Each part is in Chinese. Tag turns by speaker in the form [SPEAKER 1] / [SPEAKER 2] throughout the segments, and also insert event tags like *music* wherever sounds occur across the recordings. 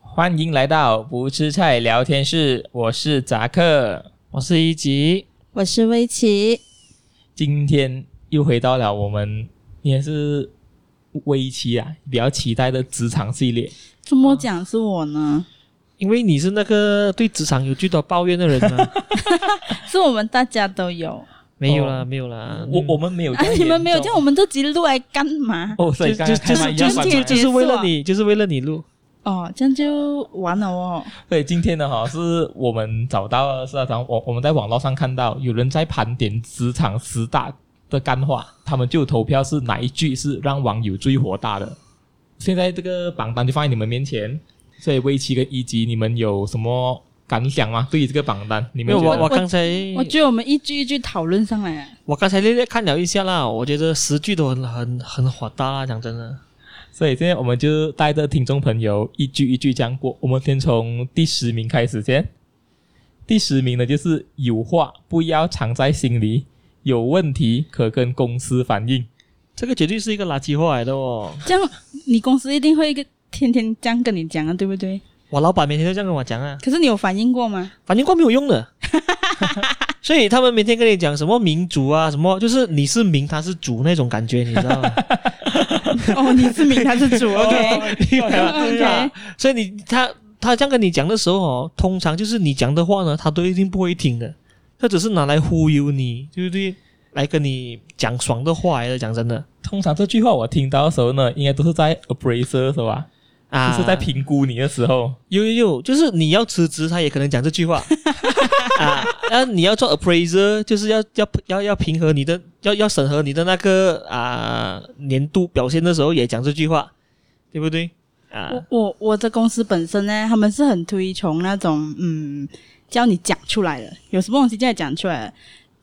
[SPEAKER 1] 欢迎来到不吃菜聊天室，我是扎克。
[SPEAKER 2] 我是一级，
[SPEAKER 3] 我是威奇，
[SPEAKER 1] 今天又回到了我们也是微期啊，比较期待的职场系列。
[SPEAKER 3] 怎么讲是我呢？
[SPEAKER 2] 因为你是那个对职场有最多抱怨的人 *laughs* 呢、
[SPEAKER 3] 是我们大家都有。
[SPEAKER 2] 没有啦，
[SPEAKER 1] 哦
[SPEAKER 2] 没有啦，
[SPEAKER 1] 我
[SPEAKER 2] 嗯
[SPEAKER 1] 我们没有这
[SPEAKER 3] 啊，
[SPEAKER 1] 样严重，
[SPEAKER 3] 你们没有叫我们这集录来干嘛？
[SPEAKER 1] 哦，所以
[SPEAKER 2] 就
[SPEAKER 1] 刚
[SPEAKER 2] 就
[SPEAKER 1] 刚
[SPEAKER 2] 就
[SPEAKER 1] 开麦
[SPEAKER 2] 是
[SPEAKER 1] 一
[SPEAKER 2] 就
[SPEAKER 1] 样
[SPEAKER 2] 是
[SPEAKER 1] 反
[SPEAKER 3] 今
[SPEAKER 1] 转
[SPEAKER 3] 天
[SPEAKER 2] 就
[SPEAKER 3] 结
[SPEAKER 2] 是
[SPEAKER 3] 束啊
[SPEAKER 2] 为了你，就是为了你录，
[SPEAKER 3] 哦，这样就完了哦。
[SPEAKER 1] 对，今天呢哈，是我们找到了是啊，然后我我们在网络上看到有人在盘点职场十大的干话，他们就投票是哪一句是让网友最火大的。现在这个榜单就放在你们面前，所以威奇跟一级，你们有什么感想吗？对于这个榜单，你
[SPEAKER 2] 没
[SPEAKER 1] 们
[SPEAKER 2] 有
[SPEAKER 1] 觉
[SPEAKER 2] 我
[SPEAKER 1] 得
[SPEAKER 2] 我刚才
[SPEAKER 3] 我觉得我们一句一句讨论上来啊，
[SPEAKER 2] 我刚才略略看了一下啦，我觉得十句都很很很火大啦，讲真的，
[SPEAKER 1] 所以现在我们就带着听众朋友一句一句这样过。我们先从第十名开始先。第十名呢，就是有话不要藏在心里，有问题可跟公司反映。
[SPEAKER 2] 这个绝对是一个垃圾话来的哦。
[SPEAKER 3] 这样你公司一定会一个天天这样跟你讲啊，对不对？
[SPEAKER 2] 我老板每天都这样跟我讲啊，
[SPEAKER 3] 可是你有反应过 *laughs* 吗？
[SPEAKER 2] 反正光没有用 *laughs* 的。所以他们每天跟你讲什么民主啊，什么就是你是民，他是主那种感觉，你知道吗？
[SPEAKER 3] 哦，你是明，他是 *laughs* 主，OK。
[SPEAKER 2] *laughs* 明白吗
[SPEAKER 3] OK
[SPEAKER 2] 啊所以你他他这样跟你讲的时候哦，通常就是你讲的话呢，他都一定不会听的，他只是拿来忽悠你，对不对？来跟你讲爽的话来的，讲真的
[SPEAKER 1] 通常这句话我听到的时候呢，应该都是在 appraiser 是吧？
[SPEAKER 2] 啊，
[SPEAKER 1] 就是在评估你的时候。
[SPEAKER 2] 有有有，就是你要辞职，他也可能讲这句 *laughs* 话啊。那你要做 appraiser，就是要要要要平衡你的，要要审核你的那个啊年度表现的时候，也讲这句话，对不对啊？
[SPEAKER 3] 我我我的公司本身呢，他们是很推崇那种嗯，叫你讲出来的，有什么东西叫你讲出来的。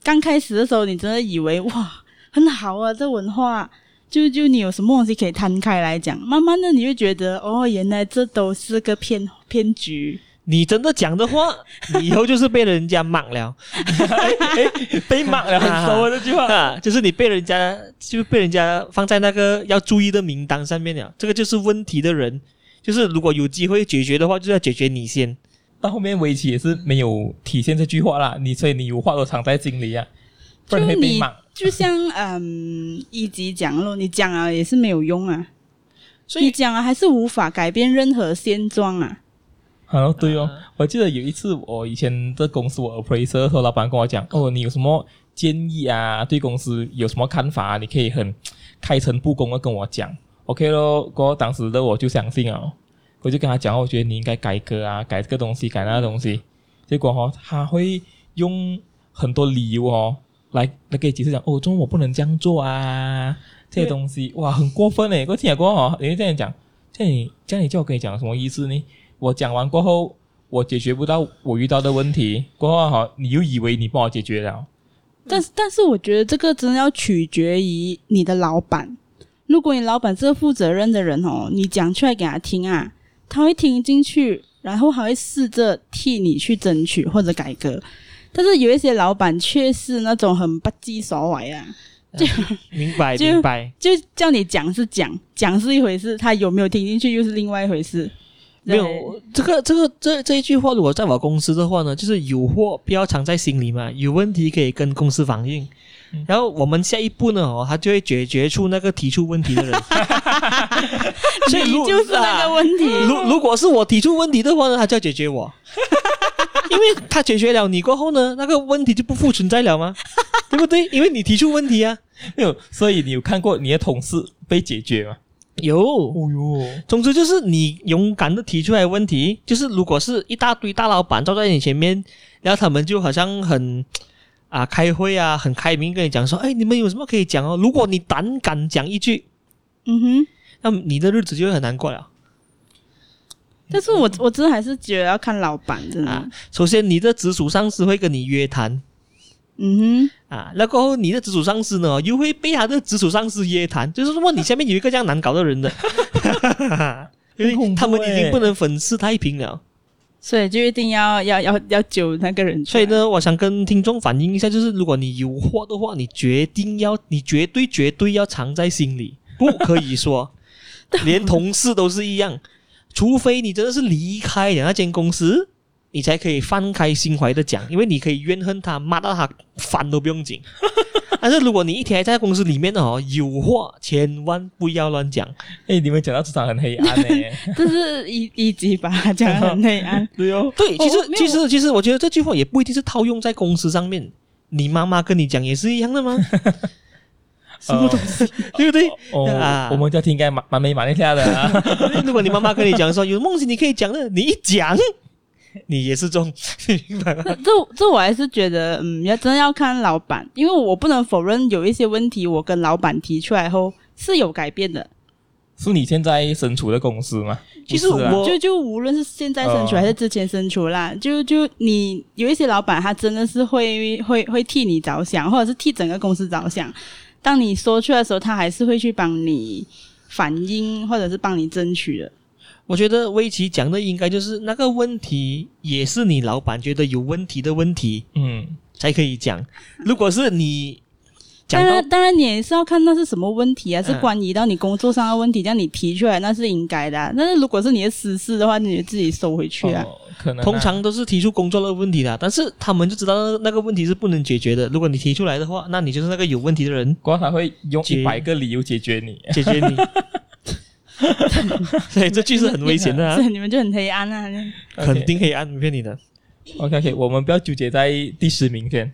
[SPEAKER 3] 刚开始的时候，你真的以为哇很好啊，这文化，就就你有什么东西可以摊开来讲。慢慢的，你就觉得哦，原来这都是个骗骗局。
[SPEAKER 2] 你真的讲
[SPEAKER 1] *laughs*
[SPEAKER 2] 的话，你以后就是被人家骂了
[SPEAKER 1] 哎被骂了，很熟啊这句话。
[SPEAKER 2] *laughs* 啊，就是你被人家就被人家放在那个要注意的名单上面了。这个就是问题的人，就是如果有机会解决的话，就要解决你先。
[SPEAKER 1] 到后面围棋也是没有体现这句话啦，你所以你有话都藏在心里啊，不然会
[SPEAKER 3] 就
[SPEAKER 1] 被
[SPEAKER 3] 你
[SPEAKER 1] 骂。
[SPEAKER 3] 就像嗯，一级讲咯，你讲啊也是没有用啊，
[SPEAKER 2] 所
[SPEAKER 3] 你
[SPEAKER 2] 以
[SPEAKER 3] 讲啊还是无法改变任何现状啊。
[SPEAKER 1] 啊，对哦，我记得有一次我以前在公司我 appraiser 的时候，老板跟我讲，哦，你有什么建议啊？对公司有什么看法啊、你可以很开诚布公的跟我讲。OK 咯，过后当时的我就相信啊，我就跟他讲，哦我觉得你应该改革啊，改这个东西，改那个东西。结果哦，他会用很多理由哦来来给解释讲，哦，中我不能这样做啊，这些东西，哇，很过分嘞！我听了过后哦，人家这样讲，这样你这样你叫我跟你讲什么意思呢？我讲完过后，我解决不到我遇到的问题，过后啊好，你又以为你帮我解决了， *laughs*
[SPEAKER 2] 嗯
[SPEAKER 3] 但是，但是我觉得这个真的要取决于你的老板。如果你老板是个负责任的人哦，你讲出来给他听啊，他会听进去，然后还会试着替你去争取或者改革。但是有一些老板却是那种很不计所为啊，
[SPEAKER 2] 明白
[SPEAKER 3] 就
[SPEAKER 2] 明白。
[SPEAKER 3] 就叫你讲是讲，讲是一回事，他有没有听进去又是另外一回事。
[SPEAKER 2] 没有
[SPEAKER 3] 对
[SPEAKER 2] 这个这个这这一句话，如果在我公司的话呢，就是有货不要藏在心里嘛，有问题可以跟公司反映。
[SPEAKER 1] 嗯
[SPEAKER 2] 然后我们下一步呢，哦，他就会解决出那个提出问题的人。 *laughs* 所以如
[SPEAKER 3] 你 *laughs* 就是那个
[SPEAKER 2] 啊
[SPEAKER 3] 问题。
[SPEAKER 2] 如如果是我提出问题的话呢，他就要解决我， *laughs* 因为他解决了你过后呢，那个问题就不复存在了吗？对不对？因为你提出问题啊，
[SPEAKER 1] 没有，所以你有看过你的同事被解决吗？
[SPEAKER 2] 有
[SPEAKER 1] 哦哟，
[SPEAKER 2] 总之就是你勇敢的提出来问题，就是如果是一大堆大老板坐在你前面，然后他们就好像很啊开会啊，很开明跟你讲说，哎，你们有什么可以讲哦？如果你胆敢讲一句，
[SPEAKER 3] 嗯哼。
[SPEAKER 2] 那你的日子就会很难过了
[SPEAKER 3] 但是我我真的还是觉得要看老板，
[SPEAKER 1] 嗯
[SPEAKER 3] 真的。
[SPEAKER 2] 嗯啊。首先，你的直属上司会跟你约谈
[SPEAKER 3] 嗯哼。
[SPEAKER 2] 啊，然后你的直属上司呢，又会被他的直属上司约谈，就是说你下面有一个这样难搞的
[SPEAKER 1] *laughs*
[SPEAKER 2] 人的，因
[SPEAKER 1] 很恐怖
[SPEAKER 2] 为他们已
[SPEAKER 1] 欸
[SPEAKER 2] 经不能粉饰太平了。
[SPEAKER 3] 所以就一定要要要要揪那个人出
[SPEAKER 2] 所
[SPEAKER 3] 来。
[SPEAKER 2] 以呢，我想跟听众反映一下，就是如果你有话的话，你决定要，你绝对 *laughs* 绝对要藏在心里，不可以说，连同事都是一样除非你真的是离开了那间公司，你才可以放开心怀的讲，因为你可以怨恨他，骂到他烦都不用 *laughs* 紧。但是如果你一天还在公司里面的哦，有话千万不要乱讲。
[SPEAKER 1] 哎，你们讲到职场很黑暗呢、
[SPEAKER 3] 这是一一级吧，讲得很内安。
[SPEAKER 1] 对
[SPEAKER 3] *laughs*
[SPEAKER 1] 哦，
[SPEAKER 2] 对，
[SPEAKER 3] 哦
[SPEAKER 2] 其实、
[SPEAKER 3] 没有
[SPEAKER 2] 其实其实，我觉得这句话也不一定是套用在公司上面。你妈妈跟你讲也是一样的 *laughs* 吗？ *laughs* 什么东西，对不对？
[SPEAKER 1] 哦，
[SPEAKER 2] 啊
[SPEAKER 1] 我们家庭应该蛮蛮美满一下的、啊。 *laughs*
[SPEAKER 2] 如果你妈妈跟你讲说有梦想你可以讲的，你一讲，你也是中， *laughs* 明白吗？
[SPEAKER 3] 这这这我还是觉得，嗯，要真的要看老板，因为我不能否认有一些问题，我跟老板提出来后是有改变的。
[SPEAKER 1] 是你现在身处的公司吗？
[SPEAKER 2] 其实
[SPEAKER 1] 不是啊
[SPEAKER 2] 我
[SPEAKER 3] 就就无论是现在身处
[SPEAKER 1] 哦
[SPEAKER 3] 还是之前身处啦，就就你有一些老板他真的是会会会替你着想，或者是替整个公司着想。当你说出来的时候，他还是会去帮你反映，或者是帮你争取的。
[SPEAKER 2] 我觉得威奇讲的应该就是那个问题，也是你老板觉得有问题的问题
[SPEAKER 1] 嗯，
[SPEAKER 2] 才可以讲。如果是你讲
[SPEAKER 3] 当
[SPEAKER 2] 到
[SPEAKER 3] 然，当然你也是要看那是什么问题啊，是
[SPEAKER 2] 嗯
[SPEAKER 3] 关于到你工作上的问题，这样你提出来那是应该的啊、但是如果是你的私事的话，你就自己收回去啊。
[SPEAKER 1] 哦可能啊、
[SPEAKER 2] 通常都是提出工作的问题啦，但是他们就知道那那个问题是不能解决的。如果你提出来的话，那你就是那个有问题的人，
[SPEAKER 1] 国他会用
[SPEAKER 2] 解
[SPEAKER 1] 一百个理由解决你。
[SPEAKER 2] 解决
[SPEAKER 3] *laughs*
[SPEAKER 2] 你。所以这句是很危险的、
[SPEAKER 3] *laughs*
[SPEAKER 2] 啊
[SPEAKER 3] 所，以你们就很黑暗啊。
[SPEAKER 2] 肯定可以按骗你的。
[SPEAKER 1] OK
[SPEAKER 2] *laughs*
[SPEAKER 1] OK，我们不要纠结在第十名先，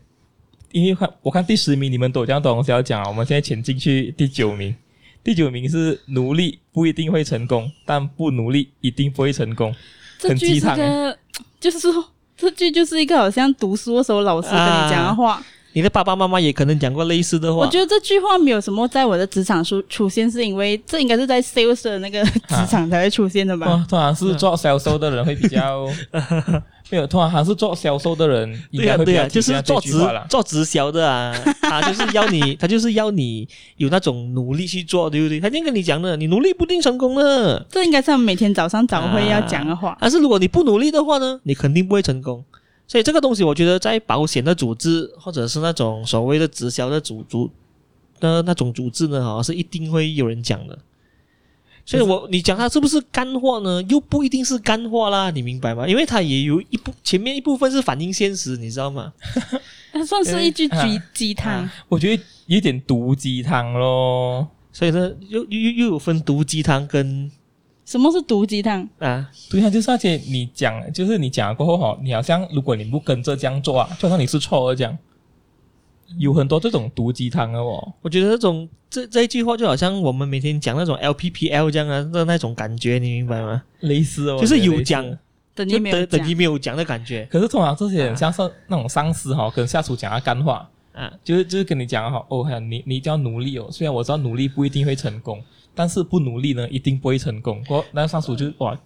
[SPEAKER 1] 因为看我看第十名你们都有这样的东西要讲啊，我们现在前进去第九名。第九名是努力不一定会成功，但不努力一定不会成功。
[SPEAKER 3] 这
[SPEAKER 1] 很
[SPEAKER 3] 句
[SPEAKER 1] 鸡
[SPEAKER 3] 是
[SPEAKER 1] 汤
[SPEAKER 3] 个，就是说这句就是一个好像读书的时候老师跟你讲的话。
[SPEAKER 2] 你的爸爸妈妈也可能讲过类似的
[SPEAKER 3] 我
[SPEAKER 2] 话
[SPEAKER 3] 觉，得这句话没有什么在我的职场出出现，是因为这应该是在 sales 的那个职场才会出现的
[SPEAKER 2] 哦
[SPEAKER 3] 吧？
[SPEAKER 1] 哇，通常是做销售的人会比
[SPEAKER 2] *laughs*
[SPEAKER 1] 较没有，通常还是做销售的人应
[SPEAKER 2] 对
[SPEAKER 1] 该
[SPEAKER 2] 啊
[SPEAKER 1] 会比
[SPEAKER 2] 对
[SPEAKER 1] 较
[SPEAKER 2] 啊，就
[SPEAKER 1] 听
[SPEAKER 2] 是
[SPEAKER 1] 见
[SPEAKER 2] 做
[SPEAKER 1] 这
[SPEAKER 2] 直
[SPEAKER 1] 句话啦。
[SPEAKER 2] 做直销的啊，他就是要你， *laughs* 他就是要你有那种努力去做，对不对？他就跟你讲的，你努力不一定成功的。
[SPEAKER 3] 这应该是他们每天早上早会要讲的话。
[SPEAKER 2] 但是如果你不努力的话呢，你肯定不会成功。所以这个东西，我觉得在保险的组织或者是那种所谓的直销的组组的那种组织呢，哈，是一定会有人讲的。所以我你讲它是不是干货呢？又不一定是干货啦，你明白吗？因为它也有一部前面一部分是反映现实，你知道吗？
[SPEAKER 3] 它算是一句
[SPEAKER 1] 啊
[SPEAKER 3] 鸡鸡汤
[SPEAKER 2] 啊，
[SPEAKER 1] 我觉得有点毒鸡汤咯。
[SPEAKER 2] 所以呢，又又又又有分毒鸡汤跟
[SPEAKER 3] 什么是毒鸡汤？
[SPEAKER 2] 啊，
[SPEAKER 1] 对啊，就是而且你讲，就是你讲了过后哈，你好像如果你不跟着这样做啊，就好像你是错的这样。有很多这种毒鸡汤的哦，
[SPEAKER 2] 我觉得这种这这一句话就好像我们每天讲那种 LPPL 这样啊的那种感觉，你明白吗？
[SPEAKER 1] 类似哦，
[SPEAKER 2] 就是
[SPEAKER 1] 我觉得
[SPEAKER 2] 有
[SPEAKER 1] 类似
[SPEAKER 2] 讲
[SPEAKER 3] 等
[SPEAKER 2] 就
[SPEAKER 3] 你没有
[SPEAKER 2] 等等
[SPEAKER 3] 讲
[SPEAKER 2] 于，没有讲的感觉
[SPEAKER 1] 可是通常这些人像上那种上司哈、跟下属讲他干话，
[SPEAKER 2] 啊。
[SPEAKER 1] 就是就是跟你讲哈、哦，哎呀你你一定要努力哦。虽然我知道努力不一定会成功，但是不努力呢，一定不会成功。我那上属就哇，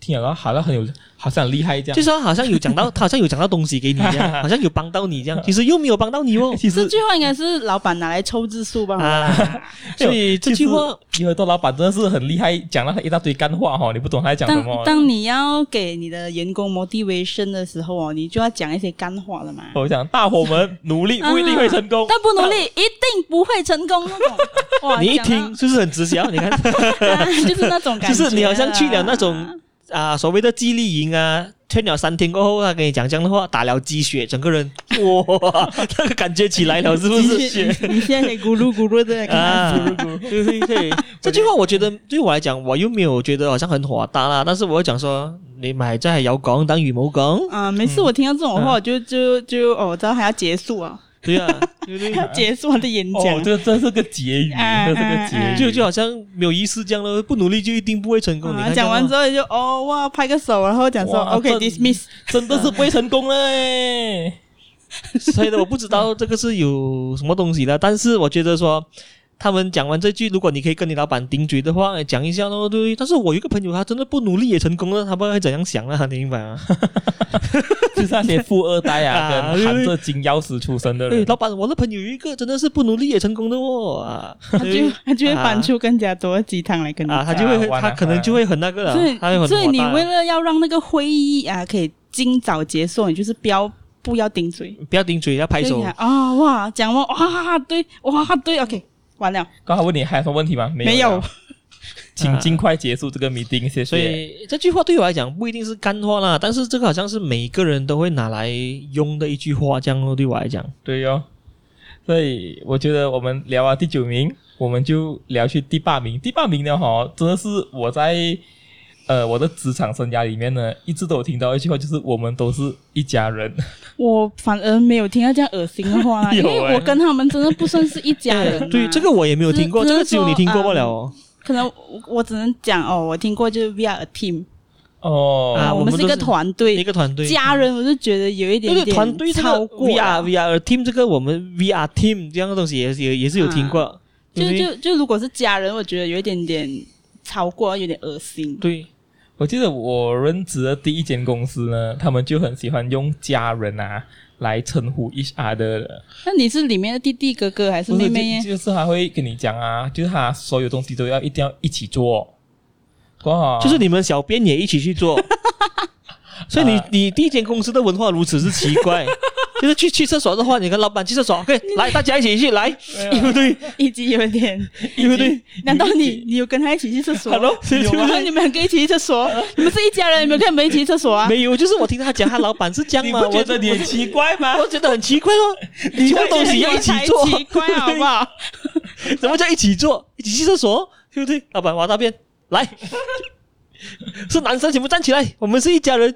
[SPEAKER 1] 听了好像很有，好像很厉害这样。
[SPEAKER 2] 就是他好像
[SPEAKER 3] *laughs*
[SPEAKER 2] 有讲到，他好像有讲到东西给你这样，好像有帮到你这样，其实又没有帮到你哦。
[SPEAKER 1] 其
[SPEAKER 3] 这
[SPEAKER 1] 实
[SPEAKER 3] 句话应该是老板拿来抽字数 *laughs* 吧？
[SPEAKER 2] 啊，所以这
[SPEAKER 3] 哎
[SPEAKER 2] 句话
[SPEAKER 1] 有很多老板真的是很厉害，讲了一大堆干话哈、你不懂他在讲什么啊
[SPEAKER 3] 当。当你要给你的员工 motivation 的时候哦，你就要讲一些干话了嘛。
[SPEAKER 1] 我讲大伙们努力哦不一定会成功，
[SPEAKER 3] 啊但不努力一定不会成功哦那种。 *laughs* 哇，
[SPEAKER 2] 你一
[SPEAKER 3] 讲到
[SPEAKER 2] 听是不是很直销？你看 *laughs*
[SPEAKER 3] 啊 *laughs* 就是那种感觉，
[SPEAKER 2] 就是你好像去了
[SPEAKER 3] *laughs*
[SPEAKER 2] 那种。啊，所谓的激励营啊，劝了三天过后，他跟你讲这样的话，打了鸡血，整个人哇， *laughs* 那个感觉起来了，是不是？ *laughs*
[SPEAKER 3] 你现在也咕噜咕噜的，
[SPEAKER 2] 啊，
[SPEAKER 1] 哦
[SPEAKER 2] 对对对， *laughs* 这句话我觉得对我来讲，我又没有觉得好像很火大啦，但是我又讲说，你咪真係有講等於冇講，
[SPEAKER 3] *laughs* 啊，每次我听到这种话，我就就就哦，我知道还要结束啊，
[SPEAKER 2] 对啊，对 *laughs* 不对？
[SPEAKER 3] 要 *laughs* 结束我的演
[SPEAKER 1] 哦，
[SPEAKER 3] 讲。
[SPEAKER 1] 这这是个结语，
[SPEAKER 3] 啊
[SPEAKER 1] 这是个结
[SPEAKER 3] 啊
[SPEAKER 1] 语，
[SPEAKER 3] 啊
[SPEAKER 2] 就就好像没有意思这样咯，不努力就一定不会成功。你
[SPEAKER 3] 啊，
[SPEAKER 2] 看
[SPEAKER 3] 讲完之
[SPEAKER 2] 后，
[SPEAKER 3] 后就哦哇，拍个手，然后讲说
[SPEAKER 1] 哇
[SPEAKER 3] OK
[SPEAKER 1] 这
[SPEAKER 3] dismiss，
[SPEAKER 1] 真的是不会成功嘞。
[SPEAKER 2] 所以呢，我不知道这个是有什么东西的，但是我觉得说。他们讲完这句，如果你可以跟你老板顶嘴的话，讲一下咯，对不对？但是我有一个朋友，他真的不努力也成功了，他不知道会怎样想啊，你明白吗？
[SPEAKER 1] 就是那些富二代啊，
[SPEAKER 2] 啊
[SPEAKER 1] 跟含着金钥匙出生的
[SPEAKER 2] 对，
[SPEAKER 1] 人，
[SPEAKER 2] 老板，我的朋友有一个真的是不努力也成功的哦，啊，
[SPEAKER 3] 他就他就会
[SPEAKER 2] 啊
[SPEAKER 3] 搬出更加多的鸡汤来跟你
[SPEAKER 2] 啊，
[SPEAKER 3] 讲。
[SPEAKER 2] 他就会，
[SPEAKER 1] 啊
[SPEAKER 2] 他可能就会很那个了
[SPEAKER 3] 所以，
[SPEAKER 2] 他会很火大。
[SPEAKER 3] 所以你为了要让那个会议啊可以尽早结束，你就是不要不要顶嘴。
[SPEAKER 2] 不要顶嘴，要拍
[SPEAKER 3] 对
[SPEAKER 2] 手
[SPEAKER 3] 呀，啊、哇，讲完哇对哇对，OK，完了
[SPEAKER 2] *laughs*
[SPEAKER 1] 刚才问你还有什么问题吗？
[SPEAKER 3] 没
[SPEAKER 1] 有了，请尽快结束这个 meeting，谢谢。
[SPEAKER 2] 所以这句话对我来讲不一定是干话啦，但是这个好像是每个人都会拿来用的一句话，这样咯对我来讲。。
[SPEAKER 1] 对哦，所以我觉得我们聊完第九名，我们就聊去第八名。第八名呢，哈，真的是我在呃我的职场生涯里面呢，一直都有听到一句话，就是我们都是一家人。
[SPEAKER 3] 我反而没有听到这样恶心的话啦，因
[SPEAKER 1] 有
[SPEAKER 3] 为
[SPEAKER 1] 欸
[SPEAKER 3] 我跟他们真的不算是一家人、啊
[SPEAKER 2] *laughs* 对，这个我也没有听过，
[SPEAKER 3] 只
[SPEAKER 2] 这
[SPEAKER 3] 是
[SPEAKER 2] 个只有你听过不了哦。
[SPEAKER 3] 可能我我只能讲哦，我听过就是 we are a team，
[SPEAKER 1] 哦，
[SPEAKER 2] 啊我
[SPEAKER 3] 我
[SPEAKER 2] 们
[SPEAKER 3] 们是一
[SPEAKER 2] 都
[SPEAKER 3] 个
[SPEAKER 2] 是
[SPEAKER 3] 团队，
[SPEAKER 2] 一个团队，
[SPEAKER 3] 家人，我就觉得有一点点
[SPEAKER 2] 对对，团队这个
[SPEAKER 3] 超过了
[SPEAKER 2] VR VR team 这个我们 VR team 这样的东西也也也是有听过，对
[SPEAKER 3] 啊
[SPEAKER 1] 嗯
[SPEAKER 3] 就
[SPEAKER 2] 不对
[SPEAKER 3] 就就如果是家人，我觉得有一点点超过，有点恶心。
[SPEAKER 2] 对，
[SPEAKER 1] 我记得我任职的第一间公司呢，他们就很喜欢用家人啊来称呼 HR 的，
[SPEAKER 3] 那你是里面的弟弟哥哥还是
[SPEAKER 1] 不
[SPEAKER 3] 妹
[SPEAKER 1] 是
[SPEAKER 3] 妹耶？
[SPEAKER 1] 就就是他会跟你讲啊，就是他所有东西都要一定要一起做。哇，
[SPEAKER 2] 就是你们小编也一起去做，所以你
[SPEAKER 1] 啊
[SPEAKER 2] 你第一间公司的文化如此之奇怪，就是去去厕所的话，你跟老板去厕所，OK，来大家一起去来，对不对？
[SPEAKER 3] *laughs* 以及有一点，
[SPEAKER 2] 对不对？
[SPEAKER 3] 难道你你有跟他一起去厕所？
[SPEAKER 2] Hello？
[SPEAKER 3] 有啊
[SPEAKER 2] 有吗
[SPEAKER 3] 吗？你们两个一起去
[SPEAKER 1] *laughs*
[SPEAKER 3] 厕所？
[SPEAKER 1] 啊
[SPEAKER 3] 你们是一家人，你们跟你们一起去厕所啊？
[SPEAKER 2] 没有，就是我听他讲，他老板是这样
[SPEAKER 1] 你
[SPEAKER 2] 嘛，
[SPEAKER 1] 不
[SPEAKER 2] 我
[SPEAKER 1] 觉得你很奇怪吗？
[SPEAKER 3] *laughs*
[SPEAKER 2] *laughs* 我觉得很奇怪哦，你这个东西要一起做，
[SPEAKER 3] 奇怪好不好？
[SPEAKER 2] *laughs* 怎么叫一起做？一起去厕所，对不对？老板，我大便，来， *laughs* 是男生全部站起来，我们是一家人，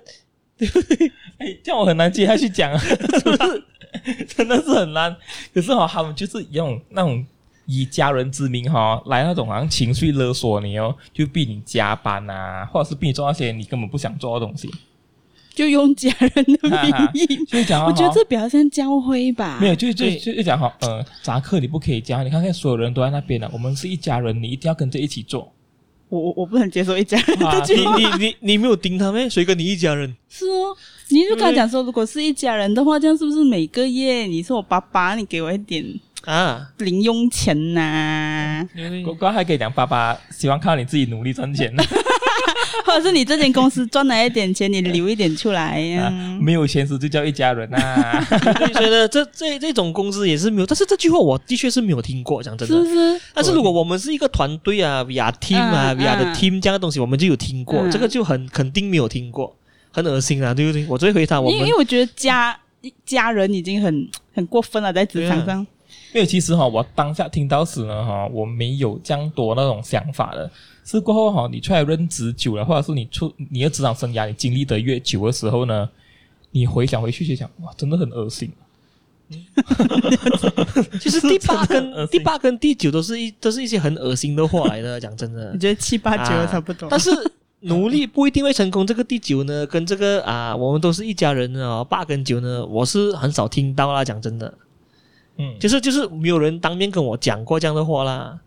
[SPEAKER 1] 哎，这样我很难接下去讲啊，是不是？ *laughs* 真的是很难。可是哈、他们就是用那种以家人之名哈、来那种好像情绪勒索你哦，就逼你加班啊，或者是逼你做那些你根本不想做的东西。
[SPEAKER 3] 就用家人
[SPEAKER 1] *laughs*
[SPEAKER 3] *laughs* 的名义。
[SPEAKER 1] 所以讲啊，
[SPEAKER 3] 我觉得
[SPEAKER 1] 哈
[SPEAKER 3] 这比较像教会吧。
[SPEAKER 1] 没有，就就
[SPEAKER 2] 对
[SPEAKER 1] 就就讲哈，呃，扎克你不可以加，你看看所有人都在那边了，我们是一家人，你一定要跟着一起做。
[SPEAKER 3] 我我我不能接受一家人
[SPEAKER 1] 啊
[SPEAKER 3] 这
[SPEAKER 2] 你
[SPEAKER 3] 句话。
[SPEAKER 2] 你你你没有盯他们，谁跟你一家人？
[SPEAKER 3] 是哦，你就跟他讲说，如果是一家人的话，这样是不是每个月你是我爸爸，你给我一点
[SPEAKER 2] 啊，
[SPEAKER 3] 零用钱呐、
[SPEAKER 1] 我刚还可以讲，爸爸希望靠你自己努力赚钱
[SPEAKER 3] *laughs* 或者是你这间公司赚了一点钱，你留一点出来嗯呀、
[SPEAKER 1] 啊， *laughs* 没有钱时就叫一家人啊。 *laughs*
[SPEAKER 2] 对所以呢，这这这种公司也是没有，但是这句话我的确是没有听过，讲真
[SPEAKER 3] 是不
[SPEAKER 2] 的。
[SPEAKER 3] 是？
[SPEAKER 2] 但是如果我们是一个团队啊，VR team 啊
[SPEAKER 3] 嗯
[SPEAKER 2] ，VR 的
[SPEAKER 3] 嗯
[SPEAKER 2] team 这样的东西，我们就有听过，
[SPEAKER 3] 嗯
[SPEAKER 2] 这个就很肯定没有听过，很恶心啊，对不对？我最回答我
[SPEAKER 3] 因为因
[SPEAKER 2] 们
[SPEAKER 3] 为我觉得家家人已经很很过分了，在职场
[SPEAKER 2] 啊
[SPEAKER 3] 上。
[SPEAKER 1] 没有，其实哈、我当下听到时呢，哈，我没有这样多那种想法的。是过后哈、你出来任职久了，或者是你出你的职场生涯，你经历的越久的时候呢，你回想回去就想，哇，真的很恶心。
[SPEAKER 2] 其实第八
[SPEAKER 1] 真的很
[SPEAKER 2] 跟
[SPEAKER 1] 恶心
[SPEAKER 2] 第八跟第九都是一都是一些很恶心的话来的，讲真
[SPEAKER 3] *laughs*
[SPEAKER 2] 的
[SPEAKER 3] 你。觉得七八九
[SPEAKER 2] 啊
[SPEAKER 3] 差不多？
[SPEAKER 2] 但是努力不一定会成功。这个第九呢，跟这个啊，我们都是一家人的哦，八跟九呢，我是很少听到啦。讲真的，
[SPEAKER 1] 嗯，
[SPEAKER 2] 就是就是没有人当面跟我讲过这样的话啦。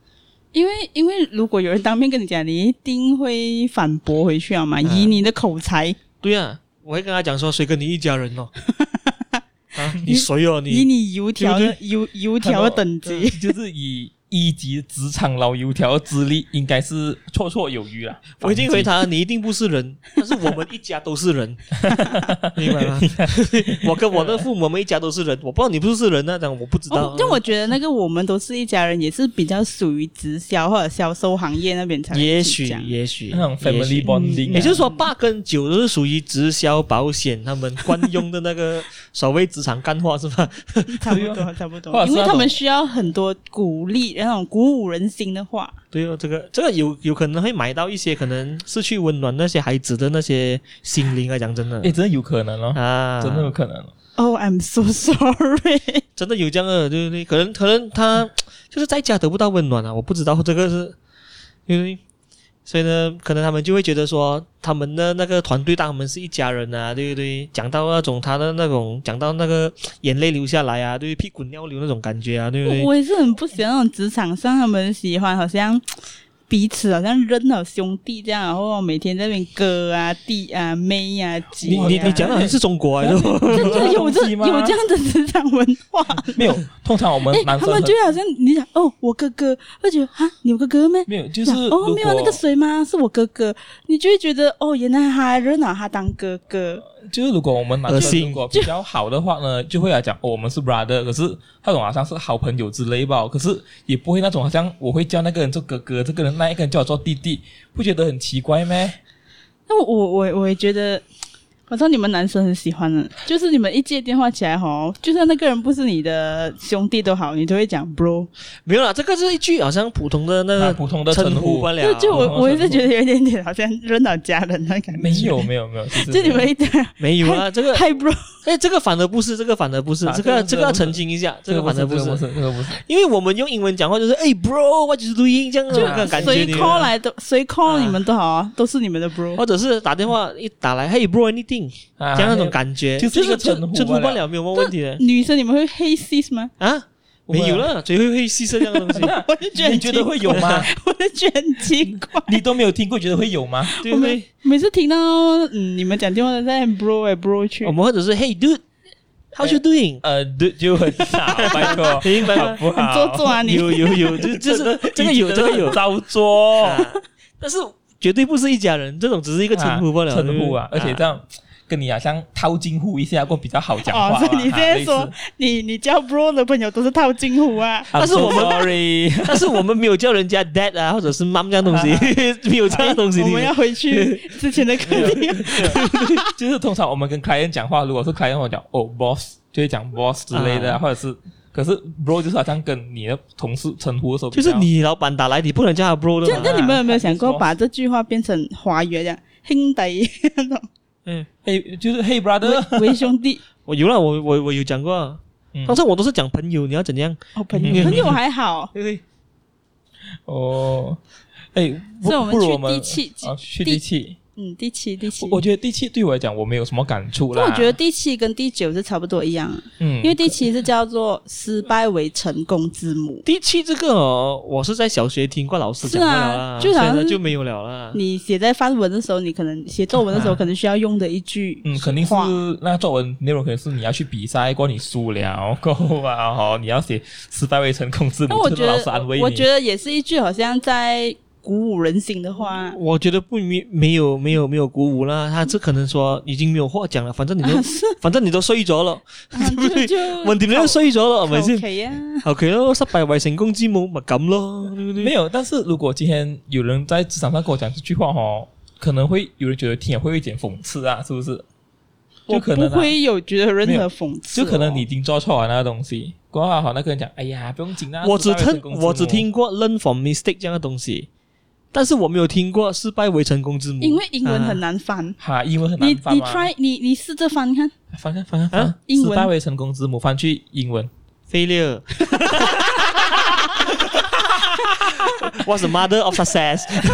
[SPEAKER 3] 因为因为如果有人当面跟你讲，你一定会反驳回去啊嘛，
[SPEAKER 2] 嗯
[SPEAKER 3] 以你的口才，
[SPEAKER 2] 对啊，我会跟他讲说，谁跟你一家
[SPEAKER 3] *laughs*
[SPEAKER 2] 人哦？啊，你谁哦
[SPEAKER 3] 以
[SPEAKER 2] 你？
[SPEAKER 3] 你油条的油油条的等级。
[SPEAKER 1] 呃就是以一级职场老油条的资历，应该是绰绰有余了。
[SPEAKER 2] 我已经回答了你一定不
[SPEAKER 3] *laughs*
[SPEAKER 2] 是人，但是我们一家都是人，明白吗？我跟我的父母，我们一家都是人。我不知道你不是人那、啊，但我不知道、
[SPEAKER 3] 哦，但我觉得那个我们都是一家人，也是比较属于直销或者销售行业那边才会
[SPEAKER 2] 也
[SPEAKER 3] 去
[SPEAKER 2] 许
[SPEAKER 3] 讲嗯
[SPEAKER 2] 也许
[SPEAKER 1] 那种
[SPEAKER 2] 也许
[SPEAKER 1] 嗯 family bonding，、啊、
[SPEAKER 2] 也就是说，八跟九都是属于直销保险他们惯用的那个所谓职场干话
[SPEAKER 3] *laughs*
[SPEAKER 2] 是吧？
[SPEAKER 3] 差不多差
[SPEAKER 2] *laughs*
[SPEAKER 3] 不
[SPEAKER 1] 或
[SPEAKER 3] 多，
[SPEAKER 1] 者是
[SPEAKER 3] 因
[SPEAKER 1] 那种
[SPEAKER 3] 为他们需要很多鼓励，那种鼓舞人心的话。
[SPEAKER 2] 对哦，这个这个有有可能会买到一些可能失去温暖那些孩子的那些心灵啊，讲真的
[SPEAKER 1] 诶，真的有可能哦，
[SPEAKER 2] 啊，
[SPEAKER 1] 真的有可能
[SPEAKER 2] *laughs*
[SPEAKER 1] 哦。
[SPEAKER 3] Oh, I'm so sorry。
[SPEAKER 1] *laughs*
[SPEAKER 2] 真的有这样的，对不对？可能可能他就是在家得不到温暖啊，我不知道这个是，因为所以呢，可能他们就会觉得说，他们的那个团队当他们是一家人啊，对不对？讲到那种他的那种，讲到那个眼泪流下来啊，对不对，屁滚尿流那种感觉啊，对不
[SPEAKER 3] 我
[SPEAKER 2] 对？
[SPEAKER 3] 我也是很不喜欢那种职场上他们喜欢好像彼此好像扔了兄弟这样，然后每天在那边哥啊、弟啊、妹啊、姐
[SPEAKER 2] 你
[SPEAKER 3] 啊。
[SPEAKER 2] 你你讲的好像是中国来的哦，
[SPEAKER 3] 真的有这
[SPEAKER 1] 东西
[SPEAKER 3] 有
[SPEAKER 1] 吗
[SPEAKER 3] 这样的职场文化？
[SPEAKER 1] 没有，通常我们
[SPEAKER 3] 哎，
[SPEAKER 1] 男
[SPEAKER 3] 他
[SPEAKER 1] 生
[SPEAKER 3] 们
[SPEAKER 1] 很
[SPEAKER 3] 就好像你讲哦，我哥哥会觉得啊，你有哥哥咩？
[SPEAKER 1] 没有，就是
[SPEAKER 3] 讲哦，没
[SPEAKER 1] 如
[SPEAKER 3] 有那
[SPEAKER 1] 果
[SPEAKER 3] 个谁吗？是我哥哥，你就会觉得哦，原来他还认了他当哥哥，
[SPEAKER 1] 就是如果我们拿
[SPEAKER 2] 恶
[SPEAKER 1] 出
[SPEAKER 2] 心
[SPEAKER 1] 如果比较好的话呢，就会来讲、哦、我们是 brother，可是那种好像是好朋友之类吧，可是也不会那种好像我会叫那个人做哥哥，这个人那一个人叫我做弟弟，不觉得很奇怪咩？
[SPEAKER 3] 那我我我也觉得，我知道你们男生很喜欢的，就是你们一接电话起来吼，就算那个人不是你的兄弟都好，你都会讲 bro。
[SPEAKER 2] 没有啦，这个是一句好像普通的
[SPEAKER 1] *laughs*
[SPEAKER 2] 那
[SPEAKER 1] 啊
[SPEAKER 2] 个
[SPEAKER 1] 普通的
[SPEAKER 2] 称
[SPEAKER 1] 称呼
[SPEAKER 2] 罢了啊
[SPEAKER 3] *laughs* 就。就
[SPEAKER 1] 我
[SPEAKER 3] 我我也
[SPEAKER 1] 我
[SPEAKER 3] 是觉得有一点点好像扔到家人那感觉。
[SPEAKER 1] 没有，没有没有，其实
[SPEAKER 3] 就你们一点
[SPEAKER 2] 没有
[SPEAKER 3] *laughs*
[SPEAKER 2] 啊，这个
[SPEAKER 3] 嗨 bro，
[SPEAKER 2] 哎，这个反而不是，这个反而不是
[SPEAKER 1] 啊，
[SPEAKER 2] 这
[SPEAKER 1] 这
[SPEAKER 2] 个
[SPEAKER 1] 个不是
[SPEAKER 2] 这个要澄清一下，这个反而
[SPEAKER 1] 不
[SPEAKER 2] 不
[SPEAKER 1] 这个
[SPEAKER 2] 是，
[SPEAKER 1] 是，这个不是，
[SPEAKER 2] 因为我们用英文讲话就是哎，bro，what you doing 这样的
[SPEAKER 1] 就
[SPEAKER 2] 那个感觉，
[SPEAKER 3] 谁
[SPEAKER 2] 你
[SPEAKER 3] call 来都谁 call
[SPEAKER 2] 啊哦
[SPEAKER 3] 你们都好啊，都是你们的 bro。
[SPEAKER 2] 或者是打电话一打来嘿 bro anything，
[SPEAKER 1] 啊
[SPEAKER 2] 这样那种感觉，
[SPEAKER 1] 就是
[SPEAKER 2] 就
[SPEAKER 1] 一个
[SPEAKER 2] 是
[SPEAKER 1] 称呼
[SPEAKER 2] 称呼
[SPEAKER 1] 罢
[SPEAKER 2] 罢
[SPEAKER 1] 了
[SPEAKER 2] 了，没有什么问题的
[SPEAKER 3] 女生你们会 hey sis 吗？
[SPEAKER 2] 啊，
[SPEAKER 1] 不会
[SPEAKER 2] 没
[SPEAKER 1] 啊
[SPEAKER 2] 有了，谁会会牺牲这样
[SPEAKER 1] *laughs*
[SPEAKER 2] 的东西？
[SPEAKER 3] 我就觉得
[SPEAKER 1] 你
[SPEAKER 3] 很
[SPEAKER 1] 觉得
[SPEAKER 3] 奇
[SPEAKER 1] 会有吗？
[SPEAKER 3] 我就觉得很奇怪。
[SPEAKER 1] 你都没有听过，觉得会有吗？
[SPEAKER 2] 对
[SPEAKER 3] 我
[SPEAKER 2] 不
[SPEAKER 3] 每
[SPEAKER 2] 对？
[SPEAKER 3] 每次听到嗯你们讲电话都在 bro 哎 bro 去
[SPEAKER 2] 我，们或者是 Hey dude，How you doing？
[SPEAKER 1] 呃，对，就很少， *laughs* 拜托，
[SPEAKER 2] 明白
[SPEAKER 1] 哦好
[SPEAKER 2] 吗？
[SPEAKER 1] 不好？
[SPEAKER 3] 很做作啊你。
[SPEAKER 2] 有有有，就就是这个有这个有，
[SPEAKER 1] 招作，
[SPEAKER 2] 啊但是绝对不是一家人，这种只是一个称呼罢了，
[SPEAKER 1] 称呼啊，
[SPEAKER 2] 对
[SPEAKER 1] 而
[SPEAKER 2] 不对
[SPEAKER 1] 且这样跟你好像套近乎一下，过比较好讲
[SPEAKER 3] 哦
[SPEAKER 1] 话，啦。
[SPEAKER 3] 所以你现在
[SPEAKER 1] 啊
[SPEAKER 3] 说，你你交 bro 的朋友都是套近乎 *laughs* 啊？
[SPEAKER 2] 但是我们
[SPEAKER 1] sorry， *laughs*
[SPEAKER 2] 但是我们没有叫人家 dad 啊，或者是 mom 这样东西，
[SPEAKER 1] 啊
[SPEAKER 2] *laughs* 没有这样的东
[SPEAKER 1] 哎
[SPEAKER 2] 西。
[SPEAKER 3] 我们要回 *laughs* 去之前的课题。
[SPEAKER 1] 就是通常我们跟 client 讲话，如果是 client 我讲哦 boss，就会讲 boss 之类的啊，
[SPEAKER 2] 啊
[SPEAKER 1] 或者是，可是 bro 就是好像跟你的同事称呼的时候
[SPEAKER 2] 就
[SPEAKER 1] 比较，
[SPEAKER 2] 是你老板打来，你不能叫他 bro
[SPEAKER 3] 就
[SPEAKER 2] 的嘛
[SPEAKER 3] *laughs* 那。你们有没有想过
[SPEAKER 1] 啊
[SPEAKER 3] 把这句话变成华语这样？兄 *laughs* 弟那种，
[SPEAKER 2] 嗯，
[SPEAKER 1] 嘿，就是 hey brother，
[SPEAKER 3] 为为兄弟，
[SPEAKER 2] 我有了，我我我有讲过啊，
[SPEAKER 1] 嗯
[SPEAKER 2] 通常我都是讲朋友，你要怎样？
[SPEAKER 3] 哦，朋友朋友还好，
[SPEAKER 2] 对不对？
[SPEAKER 1] 哦，哎，不
[SPEAKER 3] 所以我
[SPEAKER 1] 不如我
[SPEAKER 3] 们去
[SPEAKER 1] 们
[SPEAKER 3] 第七集
[SPEAKER 1] 啊，去
[SPEAKER 3] 第
[SPEAKER 1] 第七，
[SPEAKER 3] 嗯，第七第七
[SPEAKER 1] 我。我觉得第七对我来讲我没有什么感触
[SPEAKER 3] 但
[SPEAKER 1] 啦，
[SPEAKER 3] 我觉得，第七跟第九是差不多一样，啊
[SPEAKER 1] 嗯，
[SPEAKER 3] 因为第七是叫做失败为成功之母。
[SPEAKER 2] 第七这个哦，我是在小学听过老师讲过了啦，
[SPEAKER 3] 是啊就好像
[SPEAKER 2] 现在就没有了啦。
[SPEAKER 3] 你写在范文的时候，你可能写作文的时候，
[SPEAKER 1] 啊
[SPEAKER 3] 可能需要用的一句
[SPEAKER 1] 嗯，肯定是
[SPEAKER 3] 话
[SPEAKER 1] 那作文内容，可能是你要去比赛，过后你输了过后啊，哦，你要写失败为成功之
[SPEAKER 3] 那
[SPEAKER 1] 母，
[SPEAKER 3] 嗯我
[SPEAKER 1] 就
[SPEAKER 3] 觉
[SPEAKER 1] 是老师安慰
[SPEAKER 3] 得，
[SPEAKER 1] 你。
[SPEAKER 3] 我觉得也是一句好像在鼓舞人心的话。
[SPEAKER 2] 我觉得不没没有没有没有鼓舞啦，他这可能说已经没有话讲了，反正你都、
[SPEAKER 3] 啊， *laughs* 是，
[SPEAKER 2] 反正你都睡
[SPEAKER 3] *laughs*
[SPEAKER 2] 着了，
[SPEAKER 3] 啊
[SPEAKER 1] *laughs*
[SPEAKER 2] 对不
[SPEAKER 3] 就
[SPEAKER 2] 对
[SPEAKER 3] 就
[SPEAKER 2] 问题你都睡着了，系咪先
[SPEAKER 3] OK 呀。
[SPEAKER 2] ？OK 咯，失败为成功之母咪咁咯，对不
[SPEAKER 1] 没
[SPEAKER 2] 对？
[SPEAKER 1] 有，但是如果今天有人在职场上跟我讲这句话哦，可能会有人觉得听了会有一点讽刺啊，是不是？就
[SPEAKER 3] 我
[SPEAKER 1] 可能、
[SPEAKER 3] 不
[SPEAKER 1] 啊、
[SPEAKER 3] 会有觉得任
[SPEAKER 1] 没
[SPEAKER 3] 何
[SPEAKER 1] 有
[SPEAKER 3] 讽刺
[SPEAKER 1] 就
[SPEAKER 3] 哦，
[SPEAKER 1] 可能你已经做错了那个东西，过后好那个人讲，哎呀，不用紧啦，
[SPEAKER 2] 我
[SPEAKER 1] 失败为
[SPEAKER 2] 只
[SPEAKER 1] 成
[SPEAKER 2] 听
[SPEAKER 1] 功之
[SPEAKER 2] 我只
[SPEAKER 1] 母
[SPEAKER 2] 听过 learn from mistake 这样的东西，但是我没有听过失败为成功之母。
[SPEAKER 3] 因为英文很
[SPEAKER 2] 啊
[SPEAKER 3] 难翻，
[SPEAKER 1] 哈，英文很
[SPEAKER 3] 你
[SPEAKER 1] 难翻
[SPEAKER 3] 你
[SPEAKER 1] 吗？
[SPEAKER 3] try 你你试着翻看，
[SPEAKER 1] 翻看翻看翻看，
[SPEAKER 3] 啊英
[SPEAKER 1] 失
[SPEAKER 3] 文
[SPEAKER 1] 败为成功之母，翻去英文。
[SPEAKER 2] *laughs* failure。What's the mother of success？
[SPEAKER 3] *laughs*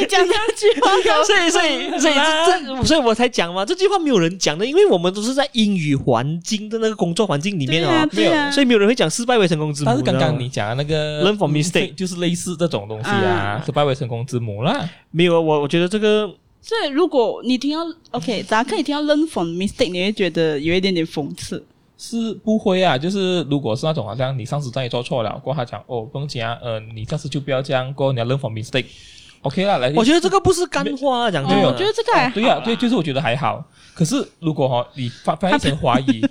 [SPEAKER 3] 你讲两句话有 *laughs*
[SPEAKER 2] *laughs* 所以，所以，所以这，这所以我才讲嘛，这句话没有人讲的，因为我们都是在英语环境的那个工作环境里面
[SPEAKER 3] 对
[SPEAKER 2] 哦
[SPEAKER 3] 啊，
[SPEAKER 1] 没有
[SPEAKER 3] 对啊，
[SPEAKER 2] 所以没有人会讲失败为成功之母。
[SPEAKER 1] 但是刚刚
[SPEAKER 2] 知道
[SPEAKER 1] 你
[SPEAKER 2] 吗
[SPEAKER 1] 讲的那个
[SPEAKER 2] Learn from mistake
[SPEAKER 1] 嗯就是类似这种东西啊
[SPEAKER 3] 啊，
[SPEAKER 1] 失败为成功之母啦。
[SPEAKER 2] 没有啊，我我觉得这个
[SPEAKER 3] 所以如果你听到 OK，大家可以听到 learn from mistake，你会觉得有一点点讽刺，
[SPEAKER 1] 是不会啊，就是如果是那种好像你上次在做错了，过后他讲哦，不用紧啊，呃，你下次就不要这样，过后你要 learn from mistake，OK、啦，来，
[SPEAKER 2] 我觉得这个不是干话啊，讲
[SPEAKER 3] 哦
[SPEAKER 2] 真的
[SPEAKER 3] 我觉得这个还
[SPEAKER 1] 哦对呀、
[SPEAKER 3] 好啦
[SPEAKER 1] 对，就是我觉得还好。可是如果哈、哦、你发翻译成华
[SPEAKER 3] *laughs*
[SPEAKER 1] 语，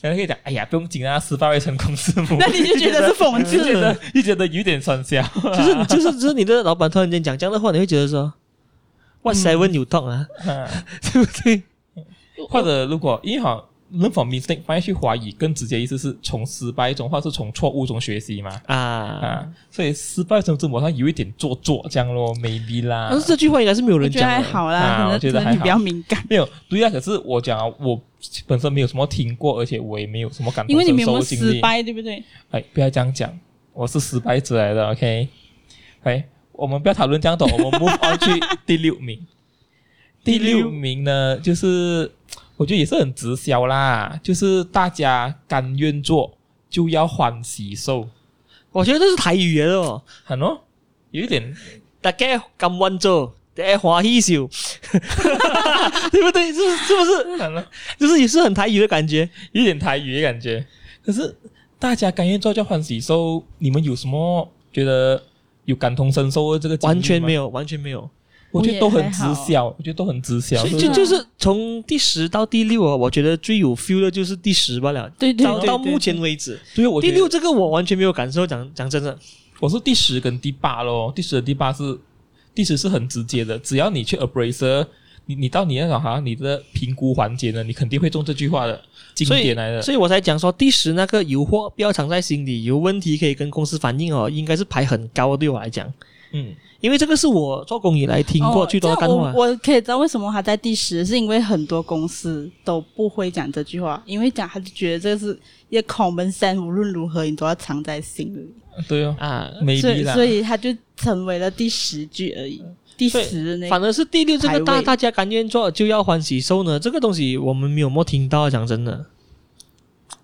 [SPEAKER 1] 人家可以讲，哎呀，不用紧啊，失败为成功之母
[SPEAKER 3] 那，你就觉得是讽
[SPEAKER 1] *laughs* 就觉
[SPEAKER 3] 刺。
[SPEAKER 1] 得就觉得有点酸
[SPEAKER 3] *laughs*
[SPEAKER 1] 笑。
[SPEAKER 2] 就是你就是就是你的老板突然间讲这样的话，你会觉得说 What seven you talk 啊，
[SPEAKER 1] 啊
[SPEAKER 2] *laughs* 对不对？
[SPEAKER 1] 或者如果因为好 learn from mistake 翻译去华语更直接意思是从失败中或是从错误中学习嘛。
[SPEAKER 2] 啊，
[SPEAKER 1] 啊，所以失败从自我上有一点做作这样咯，maybe 啦
[SPEAKER 2] 但。是这句话应该是没有
[SPEAKER 3] 我
[SPEAKER 2] 人
[SPEAKER 3] 觉得
[SPEAKER 2] 讲
[SPEAKER 3] 还
[SPEAKER 2] 的。
[SPEAKER 3] 好
[SPEAKER 1] 啊
[SPEAKER 3] 啦，可
[SPEAKER 1] 我
[SPEAKER 3] 能
[SPEAKER 1] 觉
[SPEAKER 3] 可
[SPEAKER 1] 得还
[SPEAKER 3] 能你比较
[SPEAKER 1] 好 *laughs*
[SPEAKER 3] 敏感，
[SPEAKER 1] 没有，对呀、可是我讲啊，我本身没有什么听过，而且我也没有什么感同
[SPEAKER 3] 因为你
[SPEAKER 1] 身
[SPEAKER 3] 们有没
[SPEAKER 1] 受
[SPEAKER 3] 有
[SPEAKER 1] 的经
[SPEAKER 3] 失
[SPEAKER 1] 历。
[SPEAKER 3] 败，对不对？
[SPEAKER 1] 哎，不要这样讲，我是失败者来的，OK？哎，我们不要讨论这样的，我们 move on 去第六名。第
[SPEAKER 2] 第六
[SPEAKER 1] 六名呢，就是我觉得也是很直销啦，就是大家甘愿做就要欢喜受，
[SPEAKER 2] 我觉得这是台语来的哦，
[SPEAKER 1] 很哦，有一点
[SPEAKER 2] 大家甘愿做，大家欢喜笑， *laughs* 对不对？是不是是不是？
[SPEAKER 1] 很哦，
[SPEAKER 2] 就是也是很台语的感觉。
[SPEAKER 1] 有一点台语的感觉。可是大家甘愿做就欢喜受，你们有什么觉得有感同身受的这个经历吗
[SPEAKER 2] 完全没有，完全没有。
[SPEAKER 1] 我觉得都很直
[SPEAKER 3] 我也还
[SPEAKER 1] 销，我觉得都很直销。
[SPEAKER 2] 所以
[SPEAKER 1] 就
[SPEAKER 2] 就是就是从第十到第六啊，我觉得最有 feel 的就是第十罢了。
[SPEAKER 3] 对对
[SPEAKER 2] 到
[SPEAKER 3] 对，
[SPEAKER 2] 到
[SPEAKER 3] 对
[SPEAKER 2] 目前为止，
[SPEAKER 1] 对，我
[SPEAKER 2] 第
[SPEAKER 1] 觉
[SPEAKER 2] 六
[SPEAKER 1] 得
[SPEAKER 2] 这个我完全没有感受。讲讲真的，
[SPEAKER 1] 我是第十跟第八咯，第十和第八是第十是很直接的，只要你去 appraiser，你你到你那个好像你的评估环节呢，你肯定会中这句话的经
[SPEAKER 2] 所以
[SPEAKER 1] 典来
[SPEAKER 3] 呃
[SPEAKER 1] 的。
[SPEAKER 2] 所以我才讲说第十那个疑惑不要藏在心里，有问题可以跟公司反映哦，应该是排很高的对我来讲，
[SPEAKER 1] 嗯，
[SPEAKER 2] 因为这个是我做工以来听过
[SPEAKER 3] 哦
[SPEAKER 2] 最多的
[SPEAKER 3] 这样
[SPEAKER 2] 干啊话。
[SPEAKER 3] 我我可以知道为什么他在第十，是因为很多公司都不会讲这句话，因为讲他就觉得这是一个 common sense，无论如何你都要藏在心里，
[SPEAKER 1] 对哦，
[SPEAKER 2] 啊，
[SPEAKER 1] 没
[SPEAKER 3] 所以
[SPEAKER 1] 啦。
[SPEAKER 3] 所以他就成为了第十句而已，
[SPEAKER 2] 嗯
[SPEAKER 3] 第十的那
[SPEAKER 2] 反
[SPEAKER 3] 个。
[SPEAKER 2] 而是第六这个
[SPEAKER 3] 排
[SPEAKER 2] 大
[SPEAKER 3] 位
[SPEAKER 2] 大家甘愿做就要欢喜受呢，这个东西我们没有么听到，讲真的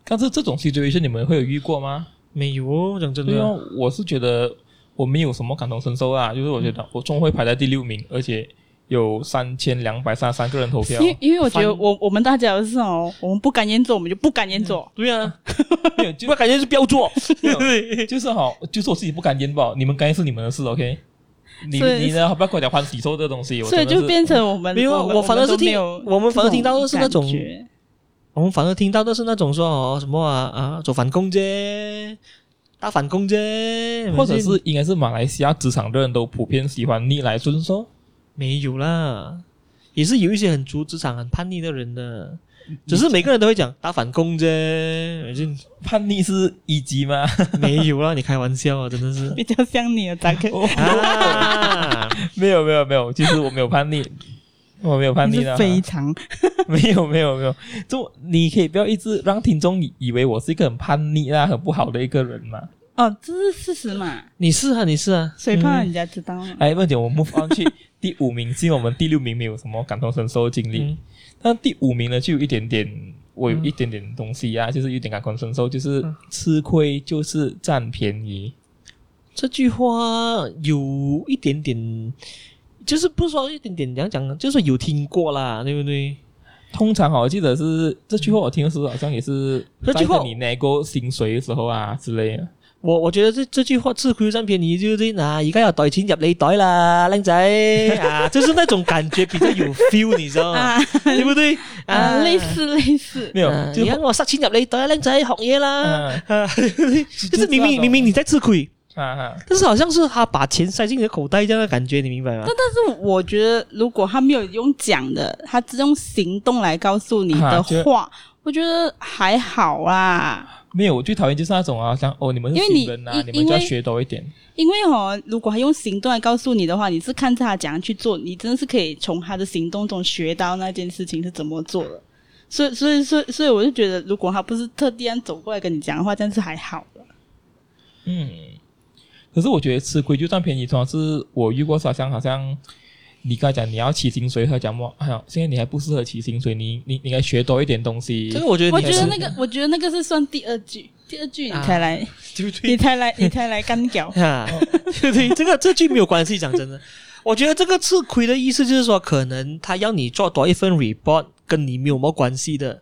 [SPEAKER 1] 但是这种 situation 你们会有遇过吗？
[SPEAKER 2] 没有哦，讲真的
[SPEAKER 3] 啊
[SPEAKER 1] 对哦，我是觉得我没有什么感同身受啊，就是我觉得
[SPEAKER 3] 嗯
[SPEAKER 1] 我终会排在第六名，而且有三千两百三十三个人投票
[SPEAKER 3] *laughs* 因，为因为我觉得
[SPEAKER 2] 反
[SPEAKER 3] 我我们大家都是哦，我们不敢演做，我们就不敢演做。
[SPEAKER 2] 对啊，
[SPEAKER 1] 没有
[SPEAKER 2] 就
[SPEAKER 1] 就
[SPEAKER 2] 感觉是标做，
[SPEAKER 1] 就是哈，就是我自己不敢烟吧，你们该是你们的事，OK？你
[SPEAKER 3] 所以
[SPEAKER 1] 你呢，不要跟我讲欢喜受这东西，我
[SPEAKER 3] 所以
[SPEAKER 1] 真的
[SPEAKER 3] 就是变成我们
[SPEAKER 2] 没有啊
[SPEAKER 3] 我们
[SPEAKER 2] 我反而是
[SPEAKER 3] 都没
[SPEAKER 2] 听
[SPEAKER 3] 有
[SPEAKER 2] 我们反而
[SPEAKER 3] 这
[SPEAKER 2] 听到的是那种
[SPEAKER 3] 感觉
[SPEAKER 2] 我们反而听到的是那种说哦什么啊啊做反攻啫，打反攻啫，
[SPEAKER 1] 或者是应该是马来西亚职场的人都普遍喜欢逆来顺受，
[SPEAKER 2] 没有啦，也是有一些很足职场很叛逆的人的，只是每个人都会讲打反攻啫，我就
[SPEAKER 1] 叛逆是一级吗？ *laughs*
[SPEAKER 2] 没有啦，你开玩笑啊，真
[SPEAKER 3] *laughs*
[SPEAKER 2] 的是
[SPEAKER 3] 比较像你的大
[SPEAKER 2] *laughs*
[SPEAKER 3] 概。
[SPEAKER 1] 我
[SPEAKER 2] 啊。
[SPEAKER 1] 没有没有没有，其实我没有叛逆， *laughs* 我没有叛
[SPEAKER 3] 你
[SPEAKER 1] 逆
[SPEAKER 3] 是
[SPEAKER 1] 的，
[SPEAKER 3] 非常
[SPEAKER 1] *laughs* 没有没有没有，就你可以不要一直让听众以以为我是一个很叛逆啊啦、很不好的一个人嘛。
[SPEAKER 3] 哦，这是事实嘛，
[SPEAKER 2] 你是啊，你是啊，
[SPEAKER 3] 谁怕人家知道嘛？
[SPEAKER 1] 哎，问题我们 move on
[SPEAKER 3] *laughs*
[SPEAKER 1] 去第五名，是因为我们第六名没有什么感同身受的经历，
[SPEAKER 2] 嗯
[SPEAKER 1] 但第五名呢就有一点点，我有
[SPEAKER 3] 嗯
[SPEAKER 1] 一点点东西啊，就是有点感同身受，就是吃亏就是占便宜。
[SPEAKER 2] 这句话有一点点，就是不是说一点点，怎样讲呢？就是有听过啦，对不对？
[SPEAKER 1] 通常哦，我记得是这句话，我听的时候好像也是
[SPEAKER 2] 这句话
[SPEAKER 1] 在跟你 nego 薪水的时候啊之类的。
[SPEAKER 2] 我我覺得這這句話吃虧占便宜，對不對？嗱，而家又袋錢入你袋啦，靚仔
[SPEAKER 3] *laughs*
[SPEAKER 2] 啊，就是那種感覺比較有 feel，你知道嗎？
[SPEAKER 3] 啊
[SPEAKER 2] 對不對？
[SPEAKER 3] 啊，
[SPEAKER 2] *laughs* 啊，
[SPEAKER 3] 类 *laughs* 似类似，
[SPEAKER 1] 没有，
[SPEAKER 2] 啊
[SPEAKER 1] 就
[SPEAKER 2] 而
[SPEAKER 1] 是
[SPEAKER 2] 家我塞錢入你袋，靚仔學嘢啦。
[SPEAKER 1] 嗯
[SPEAKER 2] *laughs* 啊，就
[SPEAKER 1] 知
[SPEAKER 2] 是明
[SPEAKER 1] 道
[SPEAKER 2] 明
[SPEAKER 1] 的
[SPEAKER 2] 明明你在吃虧，
[SPEAKER 1] 啊啊，
[SPEAKER 2] 但是好像是他把錢塞進你的口袋，這樣的感覺，你明白嗎？
[SPEAKER 3] 但是我觉得如果他没有用讲的，他只用行动来告诉你的
[SPEAKER 1] 啊觉得
[SPEAKER 3] 话，我觉得还好啊啦。
[SPEAKER 1] 没有，我最讨厌就是那种啊，像哦，你们是
[SPEAKER 3] 因为你
[SPEAKER 1] 新人啊，
[SPEAKER 3] 因
[SPEAKER 1] 你们就要
[SPEAKER 3] 因为
[SPEAKER 1] 学多一点。
[SPEAKER 3] 因为哦，如果他用行动来告诉你的话，你是看着他怎样去做，你真的是可以从他的行动中学到那件事情是怎么做的。所以，所以，所以，所以，我就觉得，如果他不是特地这样走过来跟你讲的话，这样是还好的。
[SPEAKER 1] 嗯，可是我觉得吃亏就占便宜，主要是我遇过好像好像你刚才讲你要骑薪水，他讲我哎呀，现在你还不适合骑薪水，你你你应该学多一点东西
[SPEAKER 2] 這。個我覺得
[SPEAKER 3] 我
[SPEAKER 2] 你
[SPEAKER 3] 觉
[SPEAKER 2] 還
[SPEAKER 3] 得
[SPEAKER 2] 是
[SPEAKER 3] 那个，我觉得那个是算第二句，第二句你
[SPEAKER 2] 啊
[SPEAKER 3] 才来，
[SPEAKER 2] 对不對
[SPEAKER 3] 你才来，你才来干屌。
[SPEAKER 2] 啊，对对，这个这句没有关系，讲真的， *laughs* 我觉得这个吃亏的意思就是说，可能他要你做多一份 report，跟你没有么关系的。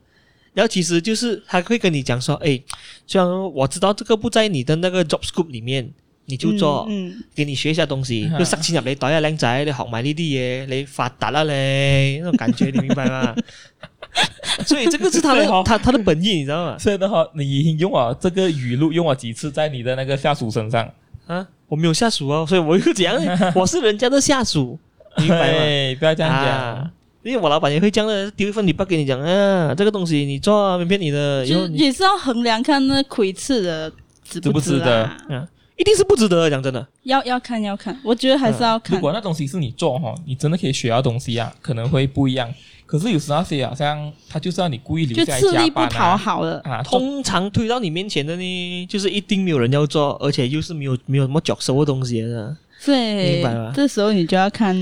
[SPEAKER 2] 然后其实就是他会跟你讲说，哎，虽然我知道这个不在你的那个 job scope 里面，你 *laughs* 就做，
[SPEAKER 3] 嗯，嗯
[SPEAKER 2] 给你学一下东西，
[SPEAKER 1] 啊
[SPEAKER 2] 就塞钱入你袋啊，靓仔，你学埋呢啲嘢，你发达啦你，那种感觉你明白
[SPEAKER 1] *laughs*
[SPEAKER 2] 吗？所以这个是他的
[SPEAKER 1] 对哦
[SPEAKER 2] 他他的本意，你知道吗？
[SPEAKER 1] 所以的话，你已经用了这个语录用了几次在你的那个下属身上，
[SPEAKER 2] 啊，我没有下属哦，所以我又怎
[SPEAKER 1] *laughs*
[SPEAKER 2] 样呢？我是人家的下属，明白吗？
[SPEAKER 1] 哎不要这样讲。
[SPEAKER 2] 啊因为我老板也会这样的，丢一份礼拜给你讲，啊，这个东西你做啊，没骗你的，以
[SPEAKER 3] 就
[SPEAKER 2] 后
[SPEAKER 3] 是
[SPEAKER 2] 你
[SPEAKER 3] 也是要衡量看那亏次的值
[SPEAKER 1] 值不值
[SPEAKER 3] 值啊，
[SPEAKER 2] 啊，一定是不值得的。讲真的，
[SPEAKER 3] 要要看要看，我觉得还是
[SPEAKER 1] 嗯
[SPEAKER 3] 要
[SPEAKER 1] 如
[SPEAKER 3] 看。
[SPEAKER 1] 果那东西是你做哈，你真的可以学到东西啊，可能会不一样。可是有时那些好像他就是让你故意留
[SPEAKER 3] 就
[SPEAKER 1] 下来
[SPEAKER 3] 吃
[SPEAKER 1] 加
[SPEAKER 3] 力不
[SPEAKER 1] 班
[SPEAKER 3] 讨
[SPEAKER 1] 啊，
[SPEAKER 3] 好了，
[SPEAKER 1] 啊，做
[SPEAKER 2] 通常推到你面前的呢，就是一定没有人要做，而且又是没有没有什么脚收的东西的，
[SPEAKER 3] 所
[SPEAKER 2] 明
[SPEAKER 3] 以
[SPEAKER 2] 白了
[SPEAKER 3] 这时候你就要看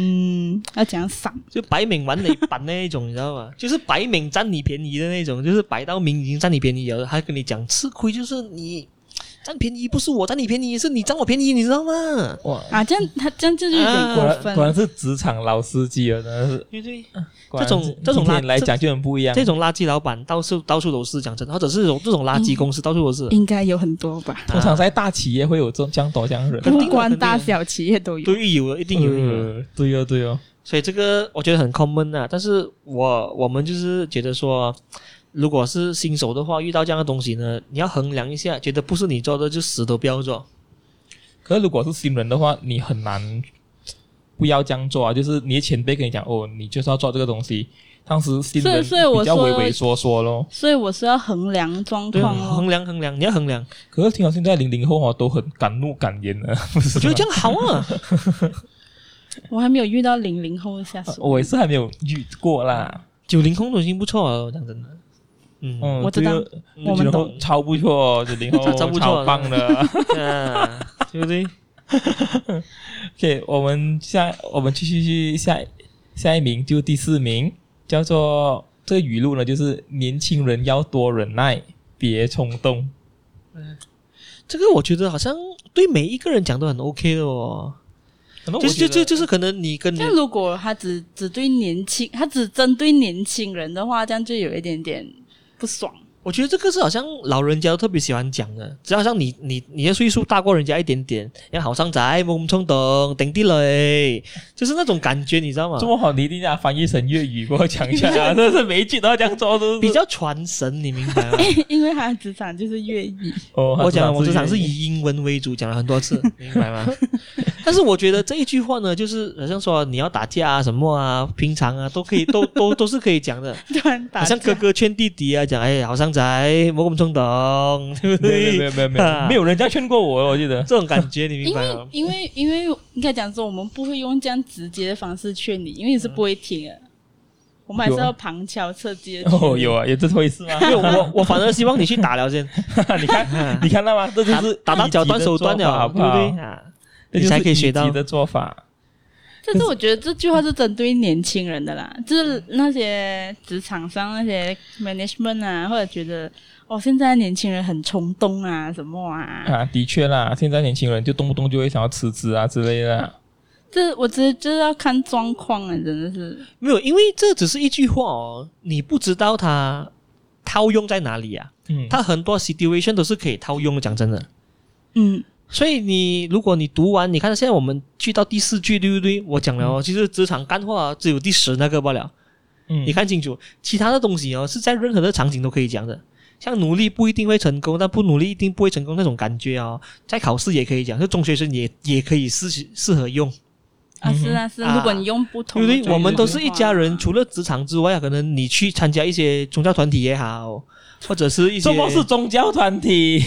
[SPEAKER 3] 要怎样赏。
[SPEAKER 2] 就摆明玩你板那一种，你知道吗？ *laughs* 就是摆明占你便宜的那种，就是摆到明已经占你便宜了，还跟你讲吃亏，就是你占便宜，不是我占你便宜，是你占我便宜，你知道吗？
[SPEAKER 1] 哇，
[SPEAKER 3] 啊，这样他这样这就有
[SPEAKER 1] 果
[SPEAKER 3] 点过
[SPEAKER 1] 然嗯果然
[SPEAKER 3] 分。
[SPEAKER 1] 是职场老司机啊了，真的是。
[SPEAKER 2] 对对。
[SPEAKER 1] 果然
[SPEAKER 2] 这种
[SPEAKER 1] 是
[SPEAKER 2] 这种
[SPEAKER 1] 今
[SPEAKER 2] 垃
[SPEAKER 1] 天来讲就很不一样。
[SPEAKER 2] 这种垃圾老板到处到处都是，讲真的，或者是这种这种垃圾公司到处都是。
[SPEAKER 3] 应该有很多吧，
[SPEAKER 1] 通常在大企
[SPEAKER 3] 嗯
[SPEAKER 1] 业会有这种这样多这样的人，
[SPEAKER 2] 肯定
[SPEAKER 3] 不
[SPEAKER 2] 的
[SPEAKER 3] 管
[SPEAKER 2] 肯定的
[SPEAKER 3] 大小企业都
[SPEAKER 1] 嗯
[SPEAKER 3] 有。
[SPEAKER 2] 对，有的，一定有的。
[SPEAKER 1] 呃对哦对哦，
[SPEAKER 2] 所以这个我觉得很 common 啊。但是我我们就是觉得说，如果是新手的话，遇到这样的东西呢，你要衡量一下，觉得不是你做的就死都不要做。
[SPEAKER 1] 可是如果是新人的话，你很难不要这样做啊。就是你的前辈跟你讲，哦，你就是要做这个东西。当时新人
[SPEAKER 3] 所以所以我
[SPEAKER 1] 比较
[SPEAKER 3] 说
[SPEAKER 1] 畏畏缩缩咯。
[SPEAKER 3] 所以我是要衡量状
[SPEAKER 2] 对，
[SPEAKER 3] 况哦。
[SPEAKER 2] 衡量衡量，你要
[SPEAKER 1] *laughs*
[SPEAKER 2] 衡量。
[SPEAKER 1] 可是听到现在零零后哦，都很敢怒敢言的，不是吗？
[SPEAKER 2] 我觉得这样好啊。
[SPEAKER 3] 我还没有遇到零零后的下属，
[SPEAKER 1] 我也是还没有遇过啦。
[SPEAKER 2] 九零空都已经不错了，讲真的。嗯，
[SPEAKER 1] 嗯，
[SPEAKER 3] 我知道
[SPEAKER 1] 这个
[SPEAKER 3] 我们
[SPEAKER 1] 90后
[SPEAKER 3] 懂
[SPEAKER 1] 超不错，九零后
[SPEAKER 2] 超不错
[SPEAKER 1] 超棒的。
[SPEAKER 2] 啊，对不对？
[SPEAKER 1] OK，我们下我们继续去下下一名，就第四名，叫做这个语录呢，就是年轻人要多忍耐，别冲动。
[SPEAKER 2] 这个我觉得好像对每一个人讲都很 OK 的哦。
[SPEAKER 1] 可能我
[SPEAKER 2] 就是就
[SPEAKER 1] 觉
[SPEAKER 2] 就
[SPEAKER 1] 得
[SPEAKER 2] 就是可能你跟
[SPEAKER 1] 嗯
[SPEAKER 2] 你
[SPEAKER 3] 那如果他只只对年轻，他只针对年轻人的话，这样就有一点点不爽。
[SPEAKER 2] 我觉得这个是好像老人家都特别喜欢讲的，只要像你你你的岁数大过人家一点点，要好上仔，我们冲动，顶地雷，就是那种感觉，你知道吗
[SPEAKER 1] 这？么好，你一定要翻译成粤语给我讲一下啊！这是每一句都要这样做，都
[SPEAKER 2] 比较传神，你明
[SPEAKER 1] *laughs*
[SPEAKER 2] 白吗？
[SPEAKER 1] 嗯
[SPEAKER 3] *laughs* 因为他的职场就是越狱，
[SPEAKER 1] 哦，
[SPEAKER 2] 我讲我职场是
[SPEAKER 1] 粤语
[SPEAKER 2] 以英文为主，讲了很多
[SPEAKER 1] *laughs*
[SPEAKER 2] 次，明白吗？但是我觉得这一句话呢，就是好像说你要打架啊什么啊，平常啊都可以，都都都是可以讲的，
[SPEAKER 1] *laughs*
[SPEAKER 3] 突然打
[SPEAKER 2] *laughs* 好像
[SPEAKER 3] 架
[SPEAKER 2] 哥哥劝弟弟啊，讲哎好上仔，莫咁冲动，对不
[SPEAKER 1] 没有没有
[SPEAKER 2] 对？
[SPEAKER 1] 没有没有，没有人家劝过我，我记得。
[SPEAKER 2] 这种感觉你明
[SPEAKER 3] 因
[SPEAKER 2] 白吗
[SPEAKER 3] 为？因为因为应该讲说，我们不会用这样直接的方式劝你，因为你是不会听
[SPEAKER 2] 嗯
[SPEAKER 3] 的。我们还是
[SPEAKER 1] 有啊
[SPEAKER 3] 要旁敲侧
[SPEAKER 2] *laughs*
[SPEAKER 3] 击的。
[SPEAKER 1] 哦，有啊，有这回事吗？
[SPEAKER 2] 因为我我反而希望你去打了先，
[SPEAKER 1] *laughs* 你
[SPEAKER 2] *laughs*
[SPEAKER 1] 看，你看到吗？这就
[SPEAKER 2] 打
[SPEAKER 1] 是
[SPEAKER 2] 打到脚断手断了，
[SPEAKER 1] 好
[SPEAKER 2] 对
[SPEAKER 1] 不
[SPEAKER 2] 不对
[SPEAKER 1] 好？？
[SPEAKER 2] 啊，
[SPEAKER 1] 这
[SPEAKER 2] 你
[SPEAKER 1] 就是
[SPEAKER 2] 才可以学
[SPEAKER 1] 一
[SPEAKER 2] 到
[SPEAKER 1] 级。的做法。
[SPEAKER 3] 但是我觉得这句话是针对年轻人的啦，就是那些职场上那些 management 啊，或者觉得哦，现在年轻人很冲动啊，什么啊，
[SPEAKER 1] 啊，的确啦，现在年轻人就动不动就会想要辞职啊之类的啊。
[SPEAKER 3] 这我觉得就是要看状况啊，真的是。
[SPEAKER 2] 没有，因为这只是一句话哦，你不知道它套用在哪里啊。
[SPEAKER 1] 嗯，
[SPEAKER 2] 它很多 situation 都是可以套用的，讲真的。
[SPEAKER 3] 嗯，
[SPEAKER 2] 所以你如果你读完，你看现在我们去到第四句，对不对？我讲了哦，其实职场干话只有第十那个罢了。
[SPEAKER 1] 嗯
[SPEAKER 2] 你看清楚，其他的东西哦，是在任何的场景都可以讲的。像努力不一定会成功，但不努力一定不会成功那种感觉哦，在考试也可以讲，就中学生也也可以适适合用，
[SPEAKER 3] 啊
[SPEAKER 1] 嗯哼
[SPEAKER 3] 是啊是啊，
[SPEAKER 2] 啊
[SPEAKER 3] 如果你用不同
[SPEAKER 2] 对
[SPEAKER 3] 的种
[SPEAKER 2] 不对
[SPEAKER 3] 族的话，？
[SPEAKER 2] 我们都是一家人，除了职场之外，可能你去参加一些宗教团体也 *laughs* 好，或者是一些
[SPEAKER 1] 什么是宗教团体？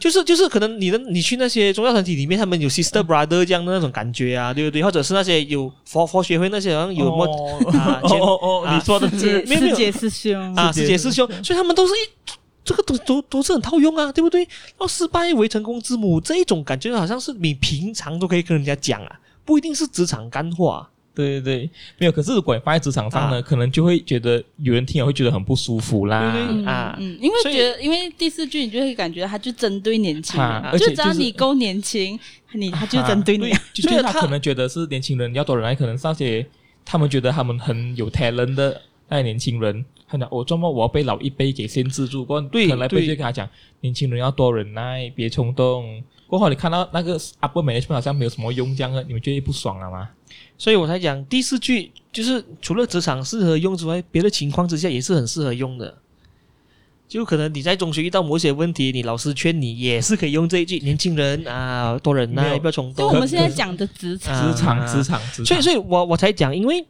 [SPEAKER 2] 就是就是可能你的你去那些宗教团体里面，他们有 sister brother 这样的那种感觉啊，对不对？或者是那些有佛佛学会那些好像 *laughs* 有什么、
[SPEAKER 1] 哦
[SPEAKER 2] 啊前
[SPEAKER 1] 哦哦哦，
[SPEAKER 2] 啊
[SPEAKER 1] 你说的
[SPEAKER 3] 师姐
[SPEAKER 1] 是
[SPEAKER 2] 没有没
[SPEAKER 3] 师
[SPEAKER 2] 有
[SPEAKER 3] 姐师兄
[SPEAKER 2] 啊
[SPEAKER 1] 师
[SPEAKER 2] 师
[SPEAKER 1] 姐
[SPEAKER 2] 姐师兄，所以他们都是一这个都都都是很套用啊，对不对？然后失败为成功之母这一种感觉，好像是你平常都可以跟人家讲啊，不一定是职场干话
[SPEAKER 1] 对对对，没有。可是如果你放在职场
[SPEAKER 2] 啊
[SPEAKER 1] 上呢，可能就会觉得有人听了会觉得很不舒服啦。
[SPEAKER 2] 对对
[SPEAKER 3] 嗯
[SPEAKER 2] 啊
[SPEAKER 3] 嗯，因为
[SPEAKER 2] 所以
[SPEAKER 3] 觉得，因为第四句你就会感觉他就针对年轻人，
[SPEAKER 1] 啊而
[SPEAKER 3] 就
[SPEAKER 1] 且
[SPEAKER 3] 只要
[SPEAKER 1] 就是
[SPEAKER 3] 你够年轻，你他就针对你。
[SPEAKER 1] 啊就就
[SPEAKER 3] *laughs*
[SPEAKER 2] 所
[SPEAKER 1] 是
[SPEAKER 2] 以
[SPEAKER 1] 他
[SPEAKER 2] 他
[SPEAKER 1] 可能觉得是年轻人要多忍耐，可能是那些他们觉得他们很有 talent 的那些年轻人，他讲我这么我要被老一辈给限制住，过后
[SPEAKER 2] 对
[SPEAKER 1] 可能来辈就
[SPEAKER 2] 对
[SPEAKER 1] 跟他讲，年轻人要多忍耐，别冲动。过后你看到那个 upper management 好像没有什么用，这样的你们就会不爽了吗？
[SPEAKER 2] 所以我才讲第四句，就是除了职场适合用之外，别的情况之下也是很适合用的。就可能你在中学遇到某些问题，你老师劝你也是可以用这一句：“年轻人啊，多忍
[SPEAKER 1] 没
[SPEAKER 2] 耐，
[SPEAKER 1] 有
[SPEAKER 2] 不要冲
[SPEAKER 3] 就
[SPEAKER 2] 动。
[SPEAKER 3] 我们现在讲的职场，
[SPEAKER 2] 啊
[SPEAKER 1] 职场，职场，职”
[SPEAKER 2] 所以，
[SPEAKER 1] 场。
[SPEAKER 2] 所以我我才讲，因为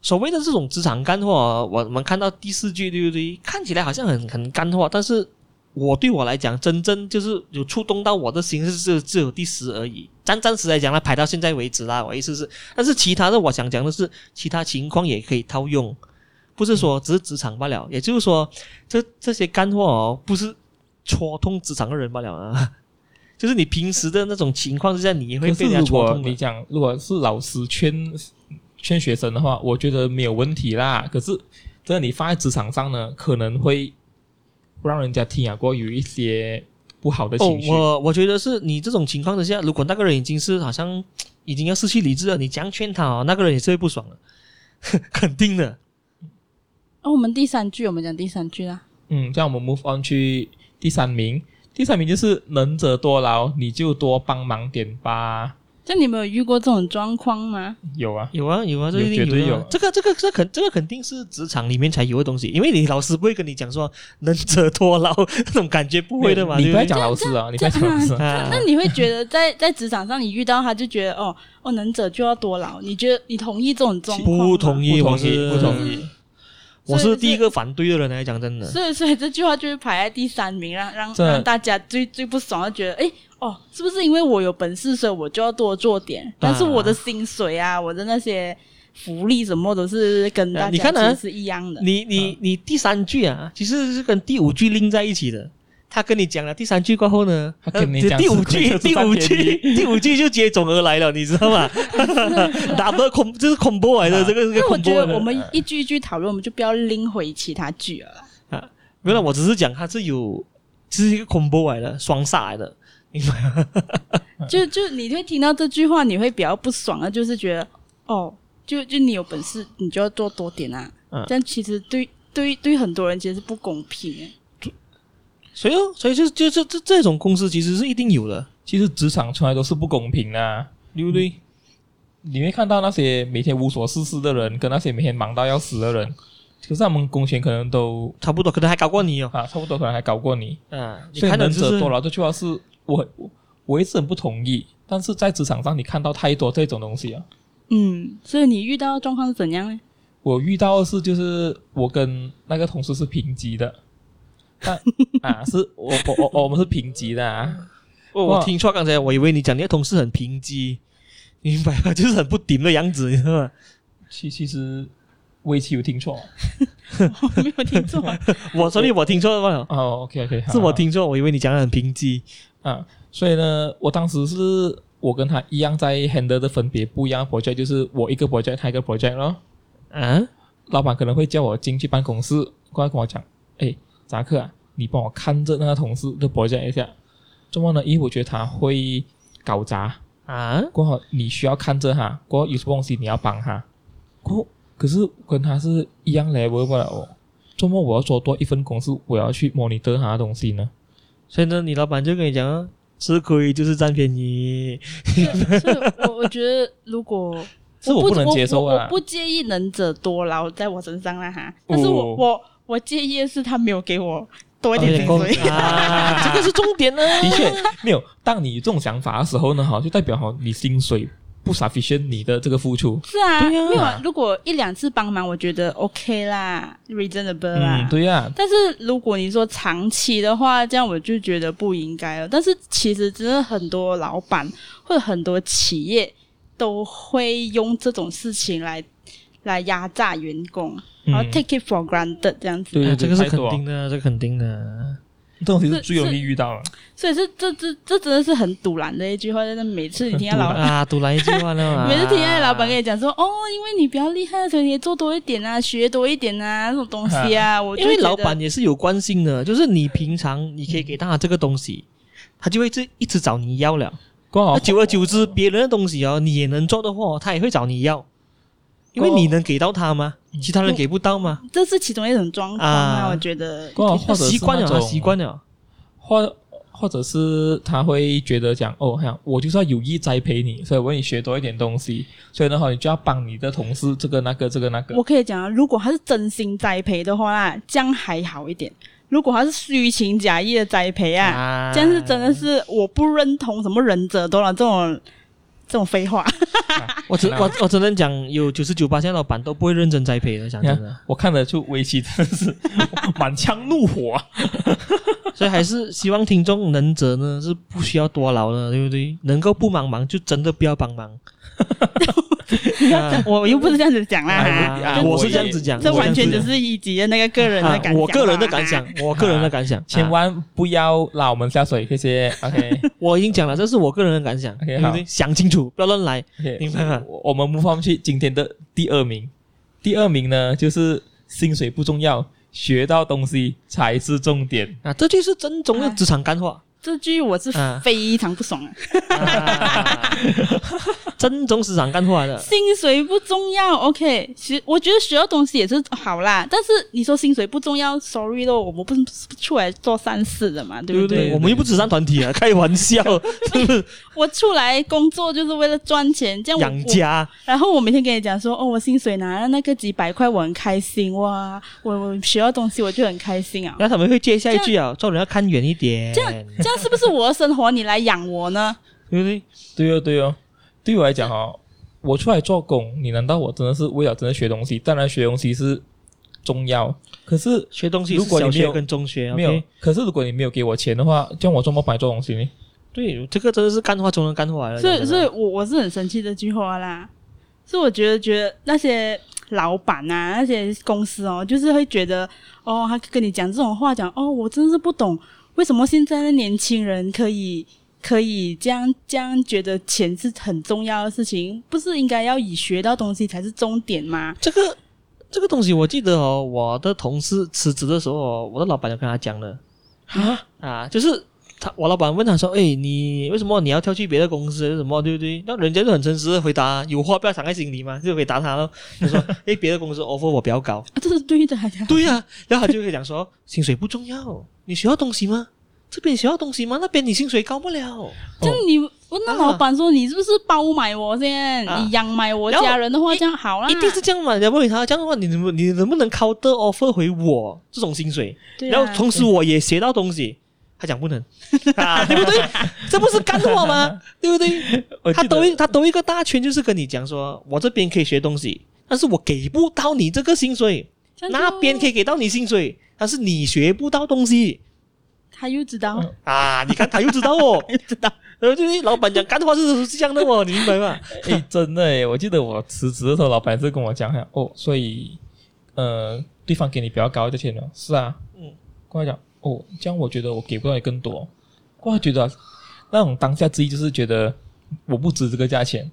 [SPEAKER 2] 所谓的这种职场干话，我我们看到第四句，对不对？看起来好像很很干话，但是我对我来讲，真正就是有触动到我的心是只有只有第十而已。暂暂时来讲呢，排到现在为止啦，我意思是，但是其他的我想讲的是，其他情况也可以套用，不是说只是职场罢了。也就是说，这这些干货哦，不是戳痛职场的人罢了啊。就是你平时的那种情况之下，你也会
[SPEAKER 1] 可
[SPEAKER 2] 被
[SPEAKER 1] 是
[SPEAKER 2] 人家
[SPEAKER 1] 如
[SPEAKER 2] 戳
[SPEAKER 1] 果
[SPEAKER 2] 痛的
[SPEAKER 1] 你。讲，如果是老师劝劝学生的话，我觉得没有问题啦。可是这你放在职场上呢，可能会让人家听啊过有一些不好的情绪。
[SPEAKER 2] 哦、我我觉得是你这种情况之下，如果那个人已经是好像已经要失去理智了，你这样劝他哦，那个人也是会不爽的， *laughs* 肯定的。
[SPEAKER 3] 哦，我们第三句，我们讲第三句啦。
[SPEAKER 1] 嗯，这样我们 move on 去第三名，第三名就是能者多劳，你就多帮忙点吧。
[SPEAKER 3] 这你们有遇过这种状况吗？
[SPEAKER 1] 有啊，
[SPEAKER 2] 有啊有啊，这
[SPEAKER 1] 有
[SPEAKER 2] 一定
[SPEAKER 1] 绝对
[SPEAKER 2] 有
[SPEAKER 1] 有
[SPEAKER 2] 啊
[SPEAKER 1] 啊
[SPEAKER 2] 这个这个这肯这个肯定是职场里面才有的东西，因为你老师不会跟你讲说能者多劳 *laughs* 那种感觉，不会的嘛。
[SPEAKER 1] 你不
[SPEAKER 2] 对不
[SPEAKER 1] 要
[SPEAKER 2] 对
[SPEAKER 1] 讲老师啊，你不要讲老师啊，
[SPEAKER 2] 啊
[SPEAKER 3] 那你会觉得在在职场上，你遇到他就觉得哦哦，能者就要多劳。你觉得你同意这种状况吗？
[SPEAKER 2] 不同意，
[SPEAKER 1] 不
[SPEAKER 2] 我
[SPEAKER 1] 同
[SPEAKER 2] 是
[SPEAKER 1] 意，不同意。
[SPEAKER 2] 我
[SPEAKER 3] 所以
[SPEAKER 2] 是第一个反对的人来讲，真的。
[SPEAKER 3] 所以，所以这句话就会排在第三名，让让
[SPEAKER 1] 这
[SPEAKER 3] 让大家最最不爽，就觉得哎哦，是不是因为我有本事，所以我就要多做点？但
[SPEAKER 2] 啊
[SPEAKER 3] 是我的薪水啊，我的那些福利什么都是跟
[SPEAKER 2] 啊
[SPEAKER 3] 大
[SPEAKER 2] 你看啊
[SPEAKER 3] 家其实是一样的。
[SPEAKER 2] 你你你第三句啊，其实是跟第五句拎在一起的。他跟你讲了第三句过后呢，
[SPEAKER 1] 他跟你
[SPEAKER 2] 呃
[SPEAKER 1] 讲
[SPEAKER 2] 第五
[SPEAKER 1] 是
[SPEAKER 2] 句，
[SPEAKER 1] 可以
[SPEAKER 2] 第五句，第五句就接踵而来了，你知道吗？double com 这是 combo 来的，
[SPEAKER 1] 啊
[SPEAKER 2] 这个是个
[SPEAKER 3] 那我觉
[SPEAKER 2] combo 来
[SPEAKER 3] 得
[SPEAKER 2] 的嗯
[SPEAKER 3] 我。们一句一句讨论，我们就不要拎回其他句了啦。
[SPEAKER 2] 没有啦，我只是讲它是有，这是一个 combo 来的，双煞来的。嗯
[SPEAKER 3] 就就你会听到这句话，你会比较不爽啊，就是觉得哦，就就你有本事，你就要做多点啊。
[SPEAKER 2] 嗯
[SPEAKER 3] 但其实对对对很多人其实是不公平的。
[SPEAKER 2] 所以哦，所以就就就这这种公司其实是一定有的，
[SPEAKER 1] 其实职场从来都是不公平的、啊，
[SPEAKER 2] 对不对？
[SPEAKER 1] 你会看到那些每天无所事事的人，跟那些每天忙到要死的人，可是他们工钱可能都
[SPEAKER 2] 差不多，可能还高过你哦。
[SPEAKER 1] 啊，差不多可能还高过你。
[SPEAKER 2] 啊，你
[SPEAKER 1] 所以
[SPEAKER 2] 看到
[SPEAKER 1] 能
[SPEAKER 2] 就
[SPEAKER 1] 者
[SPEAKER 2] 是
[SPEAKER 1] 多劳这句话是我我我一直很不同意，但是在职场上你看到太多这种东西啊。
[SPEAKER 3] 嗯，所以你遇到的状况是怎样呢？
[SPEAKER 1] 我遇到的是就是我跟那个同事是平级的，但 *laughs* 啊是我我我我们是平级的啊，
[SPEAKER 2] 哦，
[SPEAKER 1] 哇
[SPEAKER 2] 我听错刚才，我以为你讲你的同事很平基，你明白吧？就是很不顶的样子，你知道吗？
[SPEAKER 1] 其其实我也是有听错
[SPEAKER 3] 我没有听错，
[SPEAKER 2] 我所以我听错了吧，
[SPEAKER 1] 哦，OK OK，
[SPEAKER 2] 是我听错，我以为你讲的很平基。
[SPEAKER 1] 啊，所以呢，我当时是我跟他一样在 handle 的分别不一样的 project，就是我一个 project，他一个 project 咯。
[SPEAKER 2] 啊，
[SPEAKER 1] 老板可能会叫我进去办公室，过来跟我讲，哎，扎克啊，你帮我看着那个同事的 project 一下。怎么呢？因为我觉得他会搞砸，
[SPEAKER 2] 啊，
[SPEAKER 1] 过后你需要看着他，过后有什么东西你要帮他。过后可是跟他是一样 level 不了哦。周末我要做多一份工，是我要去 monitor 他的东西呢。
[SPEAKER 2] 所以呢，你老板就跟你讲啊，吃亏就是占便宜。
[SPEAKER 3] *laughs* 所以我我觉得如果。
[SPEAKER 1] 是我
[SPEAKER 3] 我
[SPEAKER 1] 不能接受啊
[SPEAKER 3] 我我不介意能者多劳在我身上啦哈，但是我、
[SPEAKER 1] 哦
[SPEAKER 3] 我我介意的是他没有给我多一
[SPEAKER 1] 有
[SPEAKER 3] 点薪
[SPEAKER 2] 工
[SPEAKER 3] 水。 *laughs*
[SPEAKER 2] 啊，这个是重点呢。
[SPEAKER 1] *laughs* 的确没有。当你有这种想法的时候呢，哈，就代表哈你薪水不 sufficient 你的这个付出。
[SPEAKER 3] 是啊，
[SPEAKER 2] 对啊
[SPEAKER 3] 没有啊。如果一两次帮忙，我觉得 OK 啦，reasonable 啦。
[SPEAKER 1] 嗯，对呀、
[SPEAKER 3] 但是如果你说长期的话，这样我就觉得不应该了。但是其实真的很多老板或者很多企业都会用这种事情来来压榨员工，
[SPEAKER 1] 嗯
[SPEAKER 3] 然后 take it for granted 这样子。
[SPEAKER 1] 对
[SPEAKER 2] 啊
[SPEAKER 1] 对
[SPEAKER 2] 这
[SPEAKER 1] 对，
[SPEAKER 2] 个是
[SPEAKER 1] 太
[SPEAKER 2] 肯
[SPEAKER 1] 多
[SPEAKER 2] 定的，这个肯定的。
[SPEAKER 1] 这种东西是最容易遇到了。
[SPEAKER 3] 所以这这这这真的是很堵然的一句话，真的每次你听到老板。
[SPEAKER 2] 啊，独来一句话
[SPEAKER 3] *laughs*
[SPEAKER 2] 呢
[SPEAKER 3] 每次听到老板跟你讲说，哦，因为你比较厉害，所以你也做多一点啊，学多一点啊，那种东西
[SPEAKER 2] *laughs*
[SPEAKER 3] 啊，我就
[SPEAKER 2] 因为
[SPEAKER 3] 觉
[SPEAKER 2] 老
[SPEAKER 3] 得
[SPEAKER 2] 板也是有关心的，就是你平常你可以给他这个东西，他就会一直一直找你要了。
[SPEAKER 1] 刚好
[SPEAKER 2] 那久而久之，别人的东西哦，你也能做的话，他也会找你要，因为
[SPEAKER 1] 过后
[SPEAKER 2] 你能给到他吗？其他人给不到吗？
[SPEAKER 3] 这是其中一种状况啊，
[SPEAKER 2] 啊
[SPEAKER 3] 我觉得。
[SPEAKER 1] 过后哦或者是
[SPEAKER 2] 习惯了，
[SPEAKER 1] 那
[SPEAKER 2] 他
[SPEAKER 1] 种
[SPEAKER 2] 习惯了。
[SPEAKER 1] 或或者是他会觉得讲哦，哈，我就是要有意栽培你，所以我要你学多一点东西，所以呢，哈，你就要帮你的同事这个那个这个那个
[SPEAKER 3] 我。可以讲啊，如果他是真心栽培的话啦，这样还好一点；如果他是虚情假意的栽培啊，
[SPEAKER 2] 啊
[SPEAKER 3] 这样是真的是我不认同什么忍者多了这种这种废
[SPEAKER 2] *laughs*
[SPEAKER 3] 话。
[SPEAKER 2] 我只
[SPEAKER 1] 那
[SPEAKER 2] 我我只能讲，有九十九八现在老板都不会认真栽培的，讲
[SPEAKER 1] 你
[SPEAKER 2] 真的
[SPEAKER 1] 看。，我看了就危机真的是 *laughs* 满腔怒火啊。
[SPEAKER 2] 所以还是希望听众能者呢是不需要多劳的，对不对？能够不帮忙就真的不要
[SPEAKER 3] *laughs*
[SPEAKER 2] 帮忙。啊
[SPEAKER 3] 哎我又不是这样子讲啦，
[SPEAKER 1] 哎
[SPEAKER 2] 啊
[SPEAKER 1] 我
[SPEAKER 2] 我是这样子讲，
[SPEAKER 3] 这
[SPEAKER 2] 我
[SPEAKER 3] 完全
[SPEAKER 2] 这
[SPEAKER 3] 就
[SPEAKER 2] 样子
[SPEAKER 3] 是一级的那个个人的
[SPEAKER 2] 讲
[SPEAKER 3] 感想、
[SPEAKER 2] 啊我个人的感。想，我个人的感想，
[SPEAKER 1] 千
[SPEAKER 2] 啊
[SPEAKER 1] 万不要 *laughs* 拉我们下水，谢谢。OK
[SPEAKER 2] 我已经讲了，这是我个人的感想，
[SPEAKER 1] OK，
[SPEAKER 2] 对不对？想清楚，不要乱来。
[SPEAKER 1] OK，
[SPEAKER 2] 明白吗
[SPEAKER 1] 我我们 move on 去今天的第二名，第二名呢就是薪水不重要，学到东西才是重点。
[SPEAKER 2] 啊，这就是正宗的
[SPEAKER 3] 哎 *laughs*
[SPEAKER 2] 职场干话。 *laughs*
[SPEAKER 3] 这句我是
[SPEAKER 2] 啊
[SPEAKER 3] 非常不爽啊！
[SPEAKER 2] 啊正宗市场干货来的，
[SPEAKER 3] 薪水不重要，OK，学我觉得学到东西也是好啦，但是你说薪水不重要，sorry 咯，我们不是不出来做善事的嘛，对
[SPEAKER 2] 对
[SPEAKER 3] 不
[SPEAKER 2] 不
[SPEAKER 3] 对？
[SPEAKER 2] 对？我们又不慈善团体啊，开玩笑，是不是
[SPEAKER 3] 我出来工作就是为了赚钱，这样我
[SPEAKER 2] *laughs* 养家？
[SPEAKER 3] 我然后我每天跟你讲说，哦，我薪水拿了那个几百块，我很开心哇，我我学到东西我就很开
[SPEAKER 2] *laughs*
[SPEAKER 3] 心啊。
[SPEAKER 2] 然后他们会接下一句啊，做人要看远一点，
[SPEAKER 3] 这样这样是不是我的生活你来养我呢？
[SPEAKER 2] 对不对？
[SPEAKER 1] 对哦，对哦，对我来讲哦，我出来做工，你难道我真的是为了真的学东西？当然学东西是重要，可是
[SPEAKER 2] 学东西是
[SPEAKER 1] 如果你
[SPEAKER 2] 小
[SPEAKER 1] 没
[SPEAKER 2] 学
[SPEAKER 1] 有
[SPEAKER 2] 跟中学
[SPEAKER 1] 没有
[SPEAKER 2] OK
[SPEAKER 1] 可是如果你没有给我钱的话，叫我怎么买做东西呢？
[SPEAKER 2] 对，这个真的是干话中的干话来了。
[SPEAKER 3] 所以，
[SPEAKER 2] 讲
[SPEAKER 3] 所
[SPEAKER 2] 真
[SPEAKER 3] 以
[SPEAKER 2] 的
[SPEAKER 3] 我我是很生气这句话啦。所以我觉得，觉得那些老板啊，那些公司哦，就是会觉得，哦，他跟你讲这种话，讲哦，我真的是不懂为什么现在的年轻人可以可以这样这样觉得钱是很重要的事情，不是应该要以学到东西才是终点吗？
[SPEAKER 2] 这个这个东西，我记得哦，我的同事辞职的时候哦，我的老板就跟他讲了啊，就是。他我老板问他说：“哎，你为什么你要跳去别的公司？什么对不对？”那人家就很诚实的回答：“有话不要藏在心里嘛。”就回答他咯。就说：“哎，别的公司 offer 我比较高。
[SPEAKER 3] 啊这是对的呀”。
[SPEAKER 2] *laughs* 对呀、然后他就会讲说：“ *laughs* 薪水不重要，你学到东西吗？这边你学到东西吗？那边你薪水高不了。”
[SPEAKER 3] 就你问那老板说，你是不是包买我先，
[SPEAKER 2] 啊
[SPEAKER 3] 你养买我
[SPEAKER 2] 然后
[SPEAKER 3] 家人的话，这样好啦。
[SPEAKER 2] 一定是这样嘛？你要问他这样的话，你能不你能不能 counter offer 回我这种薪水？
[SPEAKER 3] 对啊，
[SPEAKER 2] 然后同时我也学到东西。他讲不能啊，对不对？这不是干货吗？对不对？
[SPEAKER 1] 我记
[SPEAKER 2] 他
[SPEAKER 1] 得
[SPEAKER 2] 兜一他兜一个大圈，就是跟你讲说，我这边可以学东西，但是我给不到你这个薪水，
[SPEAKER 3] 这样就
[SPEAKER 2] 那边可以给到你薪水，但是你学不到东西
[SPEAKER 3] 他又知道。
[SPEAKER 1] 嗯
[SPEAKER 2] 啊！你 *laughs* 看他又知道哦，知道，然后就是老板讲干话是是这样的哦，你明白吗？
[SPEAKER 1] 诶，哎真的诶，我记得我辞职的时候，老板是跟我讲，哦，所以呃，对方给你比较高的钱了，是啊，
[SPEAKER 2] 嗯
[SPEAKER 1] 嗯，跟我讲，哦，这样我觉得我给不到你更多，我觉得那种当下之意就是觉得我不值这个价钱，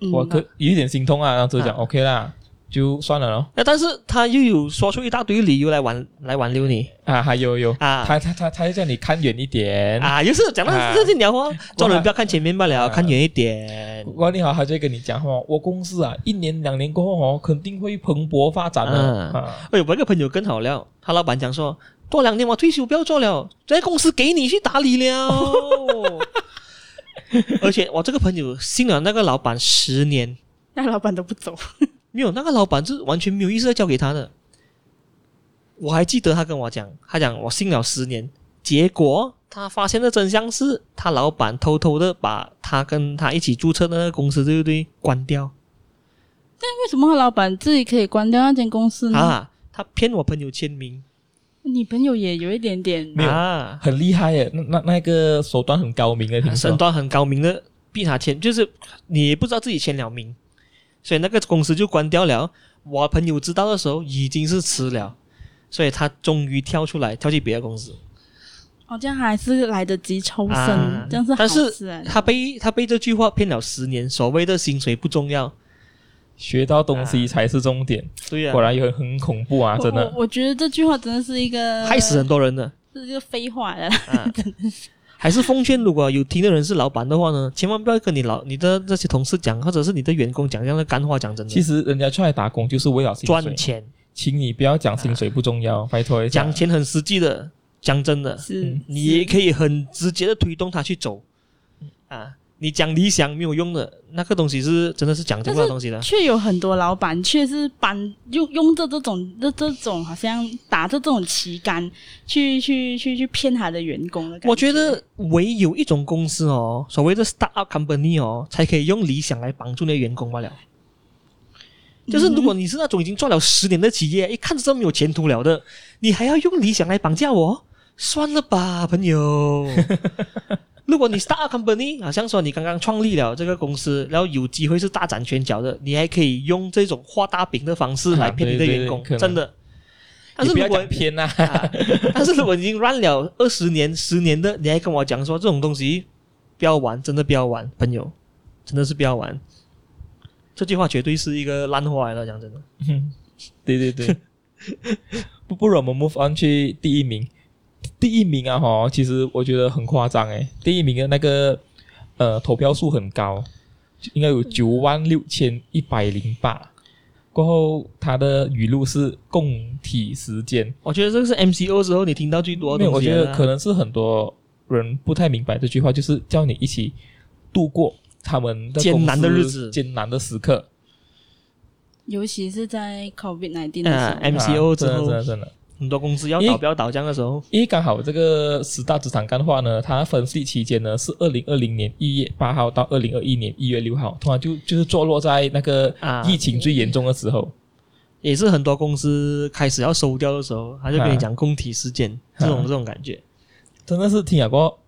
[SPEAKER 3] 嗯
[SPEAKER 1] 我可有一点心痛啊，然后就讲、
[SPEAKER 2] 啊
[SPEAKER 1] OK 啦，就算了咯。
[SPEAKER 2] *laughs* 那但是他又有说出一大堆理由来挽来挽留你
[SPEAKER 1] 啊，还有有，
[SPEAKER 2] 啊
[SPEAKER 1] 他他他他就叫你看远一点。
[SPEAKER 2] 啊！又是讲到
[SPEAKER 1] 啊
[SPEAKER 2] 这些鸟话，做人不要看前面罢了，
[SPEAKER 1] 啊
[SPEAKER 2] 看远一点。
[SPEAKER 1] 管理好，他就会跟你讲哦，我公司啊，一年两年过后哦，肯定会蓬勃发展的、
[SPEAKER 2] 嗯
[SPEAKER 1] 啊。
[SPEAKER 2] 哎，我一个朋友更好了，他老板讲说，多两年我退休不要做了，在公司给你去打理 *laughs* 了。而且我这个朋友信了那个老板十年，
[SPEAKER 3] 那老板都不走，
[SPEAKER 2] 没有那个老板是完全没有意思在交给他的。我还记得他跟我讲，他讲我信了十年，结果他发现的真相是他老板偷偷的把他跟他一起注册的那个公司，对不对？关掉。
[SPEAKER 3] 那为什么老板自己可以关掉那间公
[SPEAKER 1] 嗯
[SPEAKER 3] 司呢？
[SPEAKER 2] 啊，他骗我朋友签名
[SPEAKER 3] 你朋友也有一点点，
[SPEAKER 1] 没有
[SPEAKER 2] 啊，
[SPEAKER 1] 很厉害耶，那那那个手段很高明的，听
[SPEAKER 2] 身
[SPEAKER 1] 说。
[SPEAKER 2] 段很高明的逼他签，就是你也不知道自己签了名，所以那个公司就关掉了。我朋友知道的时候已经是迟了，所以他终于跳出来，跳去别的公司。
[SPEAKER 3] 哦，这样还是来得及抽身，
[SPEAKER 2] 啊
[SPEAKER 3] 这样是好
[SPEAKER 2] 但是
[SPEAKER 3] 事欸来的。
[SPEAKER 2] 他被他被这句话骗了十年，所谓的薪水不重要，
[SPEAKER 1] 学到东西才是重点，
[SPEAKER 2] 啊对啊哦呀、
[SPEAKER 1] 果然也很很恐怖啊！
[SPEAKER 3] 我
[SPEAKER 1] 真的
[SPEAKER 3] 我，我觉得这句话真的是一个
[SPEAKER 2] 害死很多人的。
[SPEAKER 3] 是一个废话的。
[SPEAKER 2] 啊，还是奉劝，如果有听的人是老板的话呢，千万不要跟你老你的这些同事讲，或者是你的员工讲这样的干话。讲真
[SPEAKER 1] 其
[SPEAKER 2] 的，
[SPEAKER 1] 实人家出来打工就是为了薪水
[SPEAKER 2] 赚，钱，
[SPEAKER 1] 请你不要讲薪水不重要，拜托一下
[SPEAKER 2] 讲。钱很实际的。讲真的，
[SPEAKER 3] 是
[SPEAKER 1] 嗯，
[SPEAKER 2] 你也可以很直接的推动他去走。啊，你讲理想没有用的，那个东西是真的是讲究
[SPEAKER 3] 但
[SPEAKER 2] 那
[SPEAKER 3] 是
[SPEAKER 2] 东西的。
[SPEAKER 3] 却有很多老板却是搬用用着这种这这种好像打着这种旗杆去去去去骗他的员工的感
[SPEAKER 2] 我觉得唯有一种公司哦，所谓的 startup company 哦，才可以用理想来帮助那员工罢了。就是如果你是那种已经做了十年的企业，一看就知道没有前途了的，你还要用理想来绑架我，算了吧，朋友。如果你 start up company，好像说你刚刚创立了这个公司，然后有机会是大展拳脚的，你还可以用这种画大饼的方式来骗你的员工，
[SPEAKER 1] 啊对对对可能
[SPEAKER 2] 真的。但
[SPEAKER 1] 你
[SPEAKER 2] 是
[SPEAKER 1] 不
[SPEAKER 2] 如
[SPEAKER 1] 要
[SPEAKER 2] 果
[SPEAKER 1] 讲偏啊，
[SPEAKER 2] 啊，但是如果已经 run 了二十年、十年的，你还跟我讲说这种东西不要玩，真的不要玩，朋友，真的是不要玩。这句话绝对是一个烂话来了，讲真的。
[SPEAKER 1] *laughs* 对对对，不不如我们 move on 去第一名。第一名啊哈，其实我觉得很夸张诶，第一名的那个呃投票数很高，应该有九万六千一百零八。过后，他的语录是共体时间，
[SPEAKER 2] 我觉得这个是 MCO 时候你听到最多的
[SPEAKER 1] 没有，
[SPEAKER 2] 东
[SPEAKER 1] 我
[SPEAKER 2] 西啊
[SPEAKER 1] 觉
[SPEAKER 2] 了啦。
[SPEAKER 1] 得可能是很多人不太明白这句话，就是叫你一起度过他们的
[SPEAKER 2] 艰难的
[SPEAKER 1] 公司
[SPEAKER 2] 日子
[SPEAKER 1] 艰难的时刻。
[SPEAKER 3] 尤其是在 COVID 1 9的时
[SPEAKER 2] 啊
[SPEAKER 3] 候，
[SPEAKER 1] 啊
[SPEAKER 2] ，MCO 之
[SPEAKER 1] 真的真
[SPEAKER 2] 后
[SPEAKER 1] 的真的，
[SPEAKER 2] 很多公司要
[SPEAKER 1] 因为
[SPEAKER 2] 倒不要倒账的时候，
[SPEAKER 1] 因为刚好这个十大职场干话呢，它分析期间呢是二零二零年一月八号到二零二一年一月六号，通常就就是坐落在那个
[SPEAKER 2] 啊
[SPEAKER 1] 疫情最严重的时候。
[SPEAKER 2] 也是很多公司开始要收掉的时候，他就跟你讲供体事件这种
[SPEAKER 1] 啊
[SPEAKER 2] 这种感觉。
[SPEAKER 1] 真的是听了过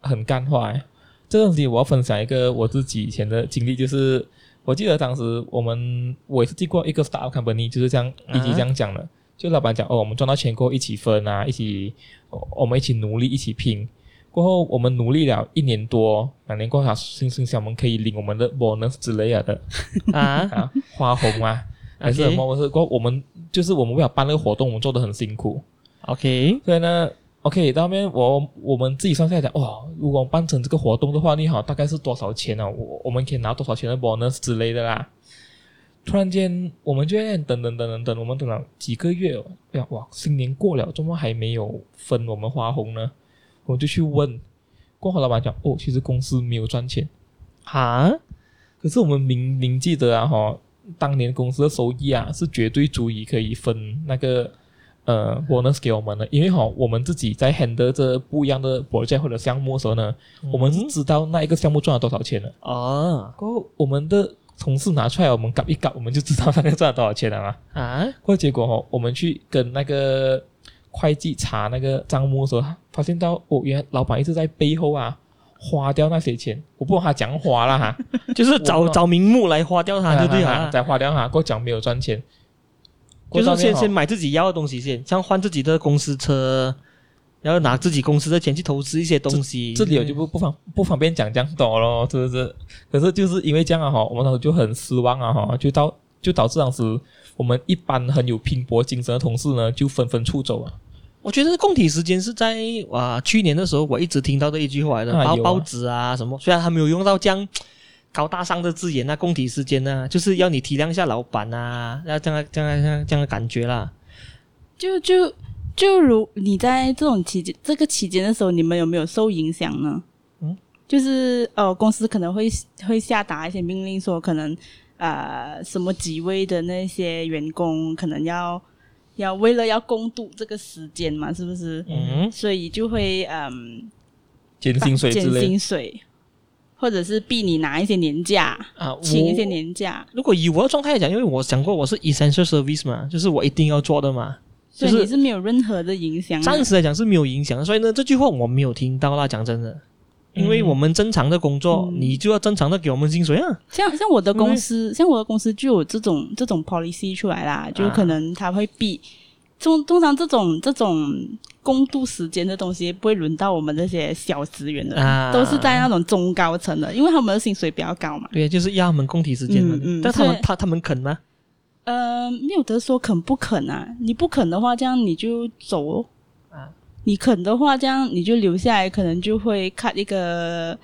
[SPEAKER 1] 很干话哎。这个东西我要分享一个我自己以前的经历，就是我记得当时我们我也是进过一个 startup company，就是这样以及这样讲的，就老板讲哦，我们赚到钱过后一起分啊，一起我我们一起努力，一起拼。过后我们努力了一年多，两年过后，星星想我们可以领我们的 bonus 之类的
[SPEAKER 2] 啊
[SPEAKER 1] 啊，花红啊，还是什么？我是过后我们就是我们为了办那个活动，我们做的很辛苦。
[SPEAKER 2] ？OK，
[SPEAKER 1] 所以呢，OK，到后面我我们自己算下来讲，哇，如果办成这个活动的话，你好，大概是多少钱啊？我我们可以拿多少钱的 bonus 之类的啦。突然间，我们就在那里等等等等等，我们等了几个月哦，哎呀，哇，新年过了，怎么还没有分我们花红呢？我们就去问，过后老板讲，哦，其实公司没有赚钱，
[SPEAKER 2] 啊，
[SPEAKER 1] 可是我们明明记得啊，哈，当年公司的收益啊，是绝对足以可以分那个呃 bonus 给我们的，因为哈，我们自己在 handle 这不一样的 project 或者项目的时候呢，我们是知道那一个项目赚了多少钱的。
[SPEAKER 2] 哦
[SPEAKER 1] 过后我们的同事拿出来，我们搞一搞，我们就知道那个 *laughs* 赚了多少钱了嘛。
[SPEAKER 2] 啊，
[SPEAKER 1] 过后结果哦，我们去跟那个会计查那个账目的时候，发现到哦，原来老板一直在背后啊花掉那些钱，我不懂他讲花啦哈。
[SPEAKER 2] 就是找
[SPEAKER 1] 我
[SPEAKER 2] 找名目来花掉它，对不对
[SPEAKER 1] 啊
[SPEAKER 2] 啊？
[SPEAKER 1] 再花掉哈，过奖没有赚钱，过
[SPEAKER 2] 就是
[SPEAKER 1] 照片
[SPEAKER 2] 先
[SPEAKER 1] 哦
[SPEAKER 2] 先买自己要的东西先，像换自己的公司车，然后拿自己公司的钱去投资一些东西。
[SPEAKER 1] 这里我就不不方不方便讲这样多咯，是不是？可是就是因为这样啊哈，我们当时就很失望啊哈，就到就导致当时我们一般很有拼搏精神的同事呢，就纷纷出走啊。
[SPEAKER 2] 我觉得供体时间是在啊去年的时候，我一直听到的一句话来的，
[SPEAKER 1] 啊
[SPEAKER 2] 报
[SPEAKER 1] 有啊
[SPEAKER 2] 报纸啊什么，虽然他没有用到这样高大上的字眼啊，供体时间啊，就是要你体谅一下老板啊，要这样这样这样这样的感觉啦。
[SPEAKER 3] 就就就如你在这种期间这个期间的时候，你们有没有受影响呢？
[SPEAKER 2] 嗯，
[SPEAKER 3] 就是呃，公司可能会会下达一些命令，说可能呃什么几位的那些员工可能要要为了要共度这个时间嘛，是不是？
[SPEAKER 2] 嗯，
[SPEAKER 3] 所以就会嗯
[SPEAKER 1] 减薪水
[SPEAKER 3] 啊减
[SPEAKER 1] 之类
[SPEAKER 3] 薪水，或者是逼你拿一些年假，
[SPEAKER 2] 啊，我
[SPEAKER 3] 请一些年假。
[SPEAKER 2] 如果以我的状态来讲，因为我讲过我是 essential service 嘛，就是我一定要做的嘛，就
[SPEAKER 3] 所以
[SPEAKER 2] 是
[SPEAKER 3] 你是没有任何的影响的，
[SPEAKER 2] 暂时来讲是没有影响的，所以呢，这句话我没有听到啦。讲真的，因为我们正常的工作，
[SPEAKER 3] 嗯
[SPEAKER 2] 你就要正常的给我们薪水啊。
[SPEAKER 3] 像像我的
[SPEAKER 2] 因为
[SPEAKER 3] 公司，像我的公司就有这种这种 policy 出来啦，
[SPEAKER 2] 啊
[SPEAKER 3] 就可能他会避。通通常这种这种工度时间的东西，不会轮到我们这些小职员的，
[SPEAKER 2] 啊
[SPEAKER 3] 都是在那种中高层的，因为他们的薪水比较高嘛。
[SPEAKER 2] 对，就是要他们供体时间嘛。
[SPEAKER 3] 嗯嗯
[SPEAKER 2] 但他
[SPEAKER 3] 所
[SPEAKER 2] 们
[SPEAKER 3] 以
[SPEAKER 2] 他他们肯啊吗？
[SPEAKER 3] 呃，没有得说肯不肯啊，你不肯的话，这样你就走哦。
[SPEAKER 2] 啊
[SPEAKER 3] 你肯的话，这样你就留下来，可能就会 cut 一个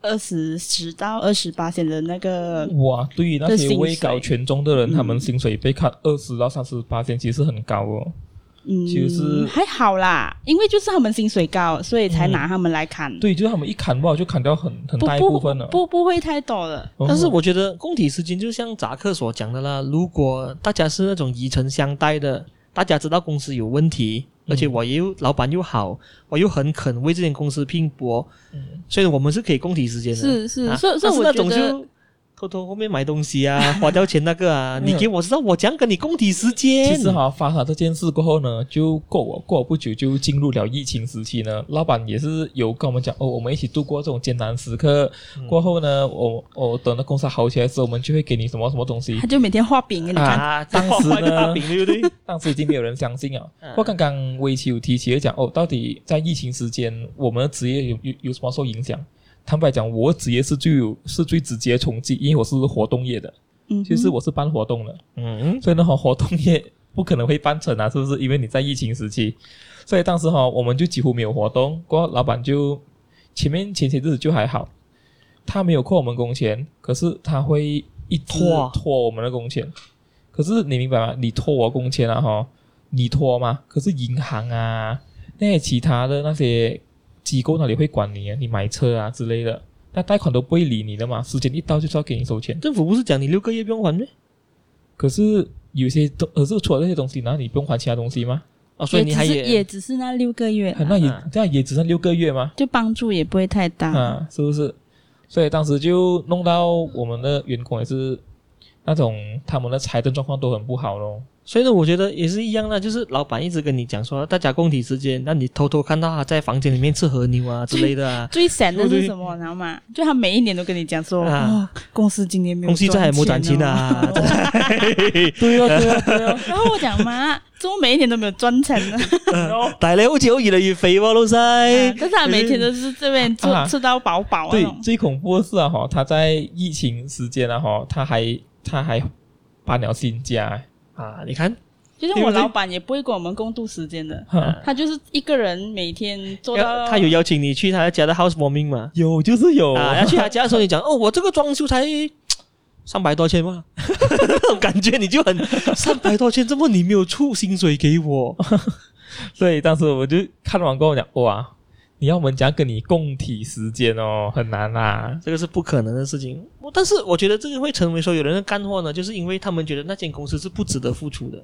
[SPEAKER 3] 二十十到二十八线的那个
[SPEAKER 1] 的。哇，对于那
[SPEAKER 3] 这
[SPEAKER 1] 些
[SPEAKER 3] 薪
[SPEAKER 1] 位高
[SPEAKER 3] 水
[SPEAKER 1] 权重的人，
[SPEAKER 3] 嗯
[SPEAKER 1] 他们薪水被砍二十到三十八千，其实很高哦。
[SPEAKER 3] 嗯，
[SPEAKER 1] 就是
[SPEAKER 3] 还好啦，因为就是他们薪水高，所以才
[SPEAKER 2] 嗯
[SPEAKER 3] 拿他们来砍，
[SPEAKER 1] 对，就是他们一砍不好就砍掉很很
[SPEAKER 3] 不
[SPEAKER 1] 大一部
[SPEAKER 3] 不
[SPEAKER 1] 分
[SPEAKER 2] 啊
[SPEAKER 1] 了。
[SPEAKER 3] 不不会太多了。
[SPEAKER 1] 哦
[SPEAKER 2] 但是我觉得供体时间就像扎克所讲的啦，如果大家是那种以诚相待的，大家知道公司有问题，
[SPEAKER 1] 嗯
[SPEAKER 2] 而且我又老板又好，我又很肯为这间公司拼搏，
[SPEAKER 1] 嗯
[SPEAKER 2] 所以我们是可以供体时间的。
[SPEAKER 3] 是是，
[SPEAKER 2] 啊
[SPEAKER 3] 嗯所以所
[SPEAKER 2] 但
[SPEAKER 3] 以
[SPEAKER 2] 是
[SPEAKER 3] 我
[SPEAKER 2] 那
[SPEAKER 3] 觉
[SPEAKER 2] 种
[SPEAKER 3] 得
[SPEAKER 2] 就偷偷后面买东
[SPEAKER 3] *laughs*
[SPEAKER 2] 西啊，花掉钱那个啊，
[SPEAKER 1] 没有
[SPEAKER 2] 你给我知道，我讲跟你供体时间。
[SPEAKER 1] 其实哈，发生这件事过后呢，就过我过了不久就进入了疫情时期呢。老板也是有跟我们讲哦，我们一起度过这种艰难时刻。过后呢，我我等到公司好起来之后，我们就会给你什么什么东西
[SPEAKER 3] *laughs* 他。就每天画饼给你看，
[SPEAKER 2] 啊，
[SPEAKER 1] 当时呢
[SPEAKER 2] 画大饼对
[SPEAKER 3] *laughs*
[SPEAKER 2] 不对？
[SPEAKER 1] 当时已经没有人相信了
[SPEAKER 2] 嗯。
[SPEAKER 1] 我刚刚微期有提起就讲哦，到底在疫情时间，我们的职业有有有什么受影响？坦白讲，我的职业是最有是最直接冲击，因为我是活动业的，
[SPEAKER 3] 嗯哼，
[SPEAKER 1] 其实我是办活动的。
[SPEAKER 2] 嗯，
[SPEAKER 1] 所以呢，活动业不可能会办成啊，是不是？因为你在疫情时期，所以当时哈、我们就几乎没有活动。过后老板就前面前些日子就还好，他没有扣我们工钱，可是他会一直
[SPEAKER 2] 拖啊
[SPEAKER 1] 拖我们的工钱。可是你明白吗？你拖我工钱啊，哈，你拖嘛？可是银行啊，那些其他的那些机构那里会管你啊？你买车啊之类的，那贷款都不会理你的嘛。时间一到就是要给你收钱。
[SPEAKER 2] 政府不是讲你六个月不用还吗？
[SPEAKER 1] 可是有些东，可是除了这些东西，难道你不用还其他东西吗？
[SPEAKER 2] 哦，所以你还
[SPEAKER 3] 也只是也
[SPEAKER 2] 也
[SPEAKER 3] 只是那六个月啦，
[SPEAKER 1] 啊那也
[SPEAKER 2] 啊
[SPEAKER 1] 这样也只剩六个月吗？
[SPEAKER 3] 就帮助也不会太
[SPEAKER 2] 嗯
[SPEAKER 3] 大。，
[SPEAKER 1] 啊，是不是？所以当时就弄到我们的员工也是那种他们的财政状况都很不好咯。
[SPEAKER 2] 所以呢，我觉得也是一样的，就是老板一直跟你讲说啊大家共体时间，那你偷偷看到他在房间里面吃和牛啊之类的啊
[SPEAKER 3] 最闪的
[SPEAKER 2] 对
[SPEAKER 3] 是什么，你知道吗？就他每一年都跟你讲说，
[SPEAKER 2] 啊
[SPEAKER 3] 哦，公司今 *laughs* 年没有
[SPEAKER 2] 公司这还没
[SPEAKER 3] 赚
[SPEAKER 2] 赚
[SPEAKER 3] 哦。
[SPEAKER 2] 钱啊，真的
[SPEAKER 1] 对啊，对啊，对啊。
[SPEAKER 3] 然后我讲妈，怎么每一年都没有赚
[SPEAKER 2] *laughs*
[SPEAKER 3] 钱呢？哦
[SPEAKER 2] 大家好似好越嚟越肥喎，老
[SPEAKER 3] 啊 *laughs*
[SPEAKER 2] 细。
[SPEAKER 3] 但是他每天都是这边吃
[SPEAKER 1] 啊
[SPEAKER 3] 吃到饱饱那
[SPEAKER 1] *laughs* 对
[SPEAKER 3] 种，。
[SPEAKER 1] 最恐怖的是啊哈，他在疫情时间啊哈，他还他还搬了新家，
[SPEAKER 2] 啊，你看，
[SPEAKER 3] 就像我老板也不会跟我们共度时间的，
[SPEAKER 1] 哈
[SPEAKER 2] 啊
[SPEAKER 3] 他就是一个人每天做到
[SPEAKER 2] 要他有邀请你去他家的 house warming 嘛？
[SPEAKER 1] 有就是有
[SPEAKER 2] 啊，要去他家的时候，你讲哦，我这个装修才三百多千嘛， *laughs* 那种感觉你就 *laughs* 很三百多千，这么你没有出薪水给我，
[SPEAKER 1] 所以当时我就看完过后讲，哇，你要我们家跟你共体时间哦，很难啦、
[SPEAKER 2] 这个是不可能的事情。我但是我觉得这个会成为说有人的干货呢，就是因为他们觉得那间公司是不值得付出的，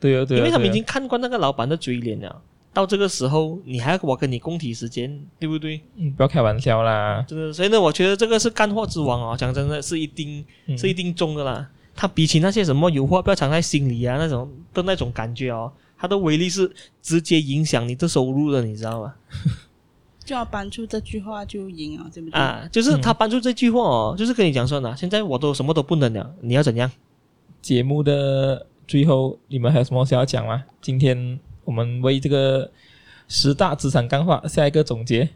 [SPEAKER 1] 对哦，对哦，
[SPEAKER 2] 因为他们
[SPEAKER 1] 对
[SPEAKER 2] 已
[SPEAKER 1] 哦
[SPEAKER 2] 经看惯那个老板的嘴脸了。到这个时候，你还要我跟你共体时间，对不对？
[SPEAKER 1] 嗯不要开玩笑啦，
[SPEAKER 2] 真的，所以呢，我觉得这个是干货之王哦，讲真的是一定
[SPEAKER 1] 嗯
[SPEAKER 2] 是一定中的啦。它比起那些什么有话不要藏在心里啊那种的那种感觉哦，它的威力是直接影响你的收入的，你知道吗？
[SPEAKER 3] 就要搬出这句话就赢了，对不对？
[SPEAKER 2] 啊，就是
[SPEAKER 3] 嗯
[SPEAKER 2] 他搬出这句话哦，就是跟你讲说呢，现在我都什么都不能了，你要怎样？
[SPEAKER 1] 节目的最后，你们还有什么想要讲吗？今天我们为这个十大职场干话下一个总结。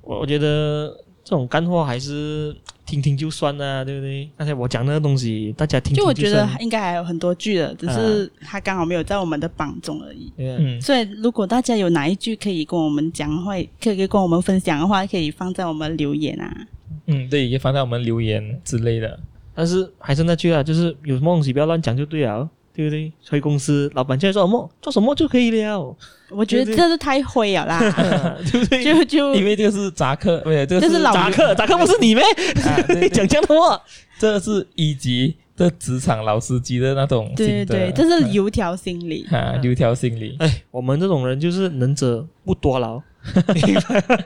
[SPEAKER 2] 我我觉得这种干货还是听听就算啦、对不对？刚才我讲那个东西，大家听听
[SPEAKER 3] 就我觉得
[SPEAKER 2] 算
[SPEAKER 3] 应该还有很多句的，
[SPEAKER 2] 啊
[SPEAKER 3] 只是他刚好没有在我们的榜中而已。
[SPEAKER 2] 对啊
[SPEAKER 1] 嗯，
[SPEAKER 3] 所以，如果大家有哪一句可以跟我们讲的话，可以跟我们分享的话，可以放在我们留言啊。
[SPEAKER 1] 嗯，对，也放在我们留言之类的。
[SPEAKER 2] 但是还是那句啊，就是有什么东西不要乱讲就对了，对不对？所以公司老板叫你做什么，做什么就可以了，
[SPEAKER 3] 我觉得
[SPEAKER 2] 对对
[SPEAKER 3] 这是太灰了啦，
[SPEAKER 2] *laughs* 啊对不对？
[SPEAKER 3] 就就
[SPEAKER 1] 因为这个是扎克，不嗯对，这个
[SPEAKER 3] 这
[SPEAKER 1] 是
[SPEAKER 3] 是老
[SPEAKER 2] 扎克，扎克不是你咩？
[SPEAKER 1] *laughs*
[SPEAKER 2] *laughs*
[SPEAKER 1] 啊，对对
[SPEAKER 2] 哎讲这样的话，
[SPEAKER 1] 这是一级的职场老司机的那种
[SPEAKER 3] 对对
[SPEAKER 1] 心得
[SPEAKER 3] 对，这是油条心理。
[SPEAKER 1] *laughs* 啊油条心理。
[SPEAKER 2] 哎，我们这种人就是能者不多 *laughs* 劳，明白吗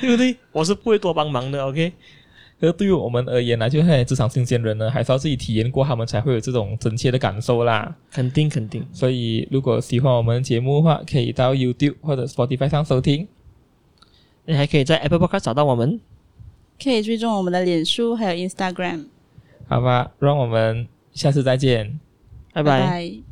[SPEAKER 2] 对不对？我是不会多帮忙的，OK？
[SPEAKER 1] 可是对于我们而言呢、啊就那些职场新鲜人呢，还是要自己体验过，他们才会有这种真切的感受啦。
[SPEAKER 2] 肯定肯定。
[SPEAKER 1] 所以，如果喜欢我们节目的话，可以到 YouTube 或者 Spotify 上收听。
[SPEAKER 2] 你还可以在 Apple Podcast 找到我们，
[SPEAKER 3] 可以追踪我们的脸书还有 Instagram。
[SPEAKER 1] 好吧，让我们下次再见。
[SPEAKER 2] 拜拜
[SPEAKER 3] 拜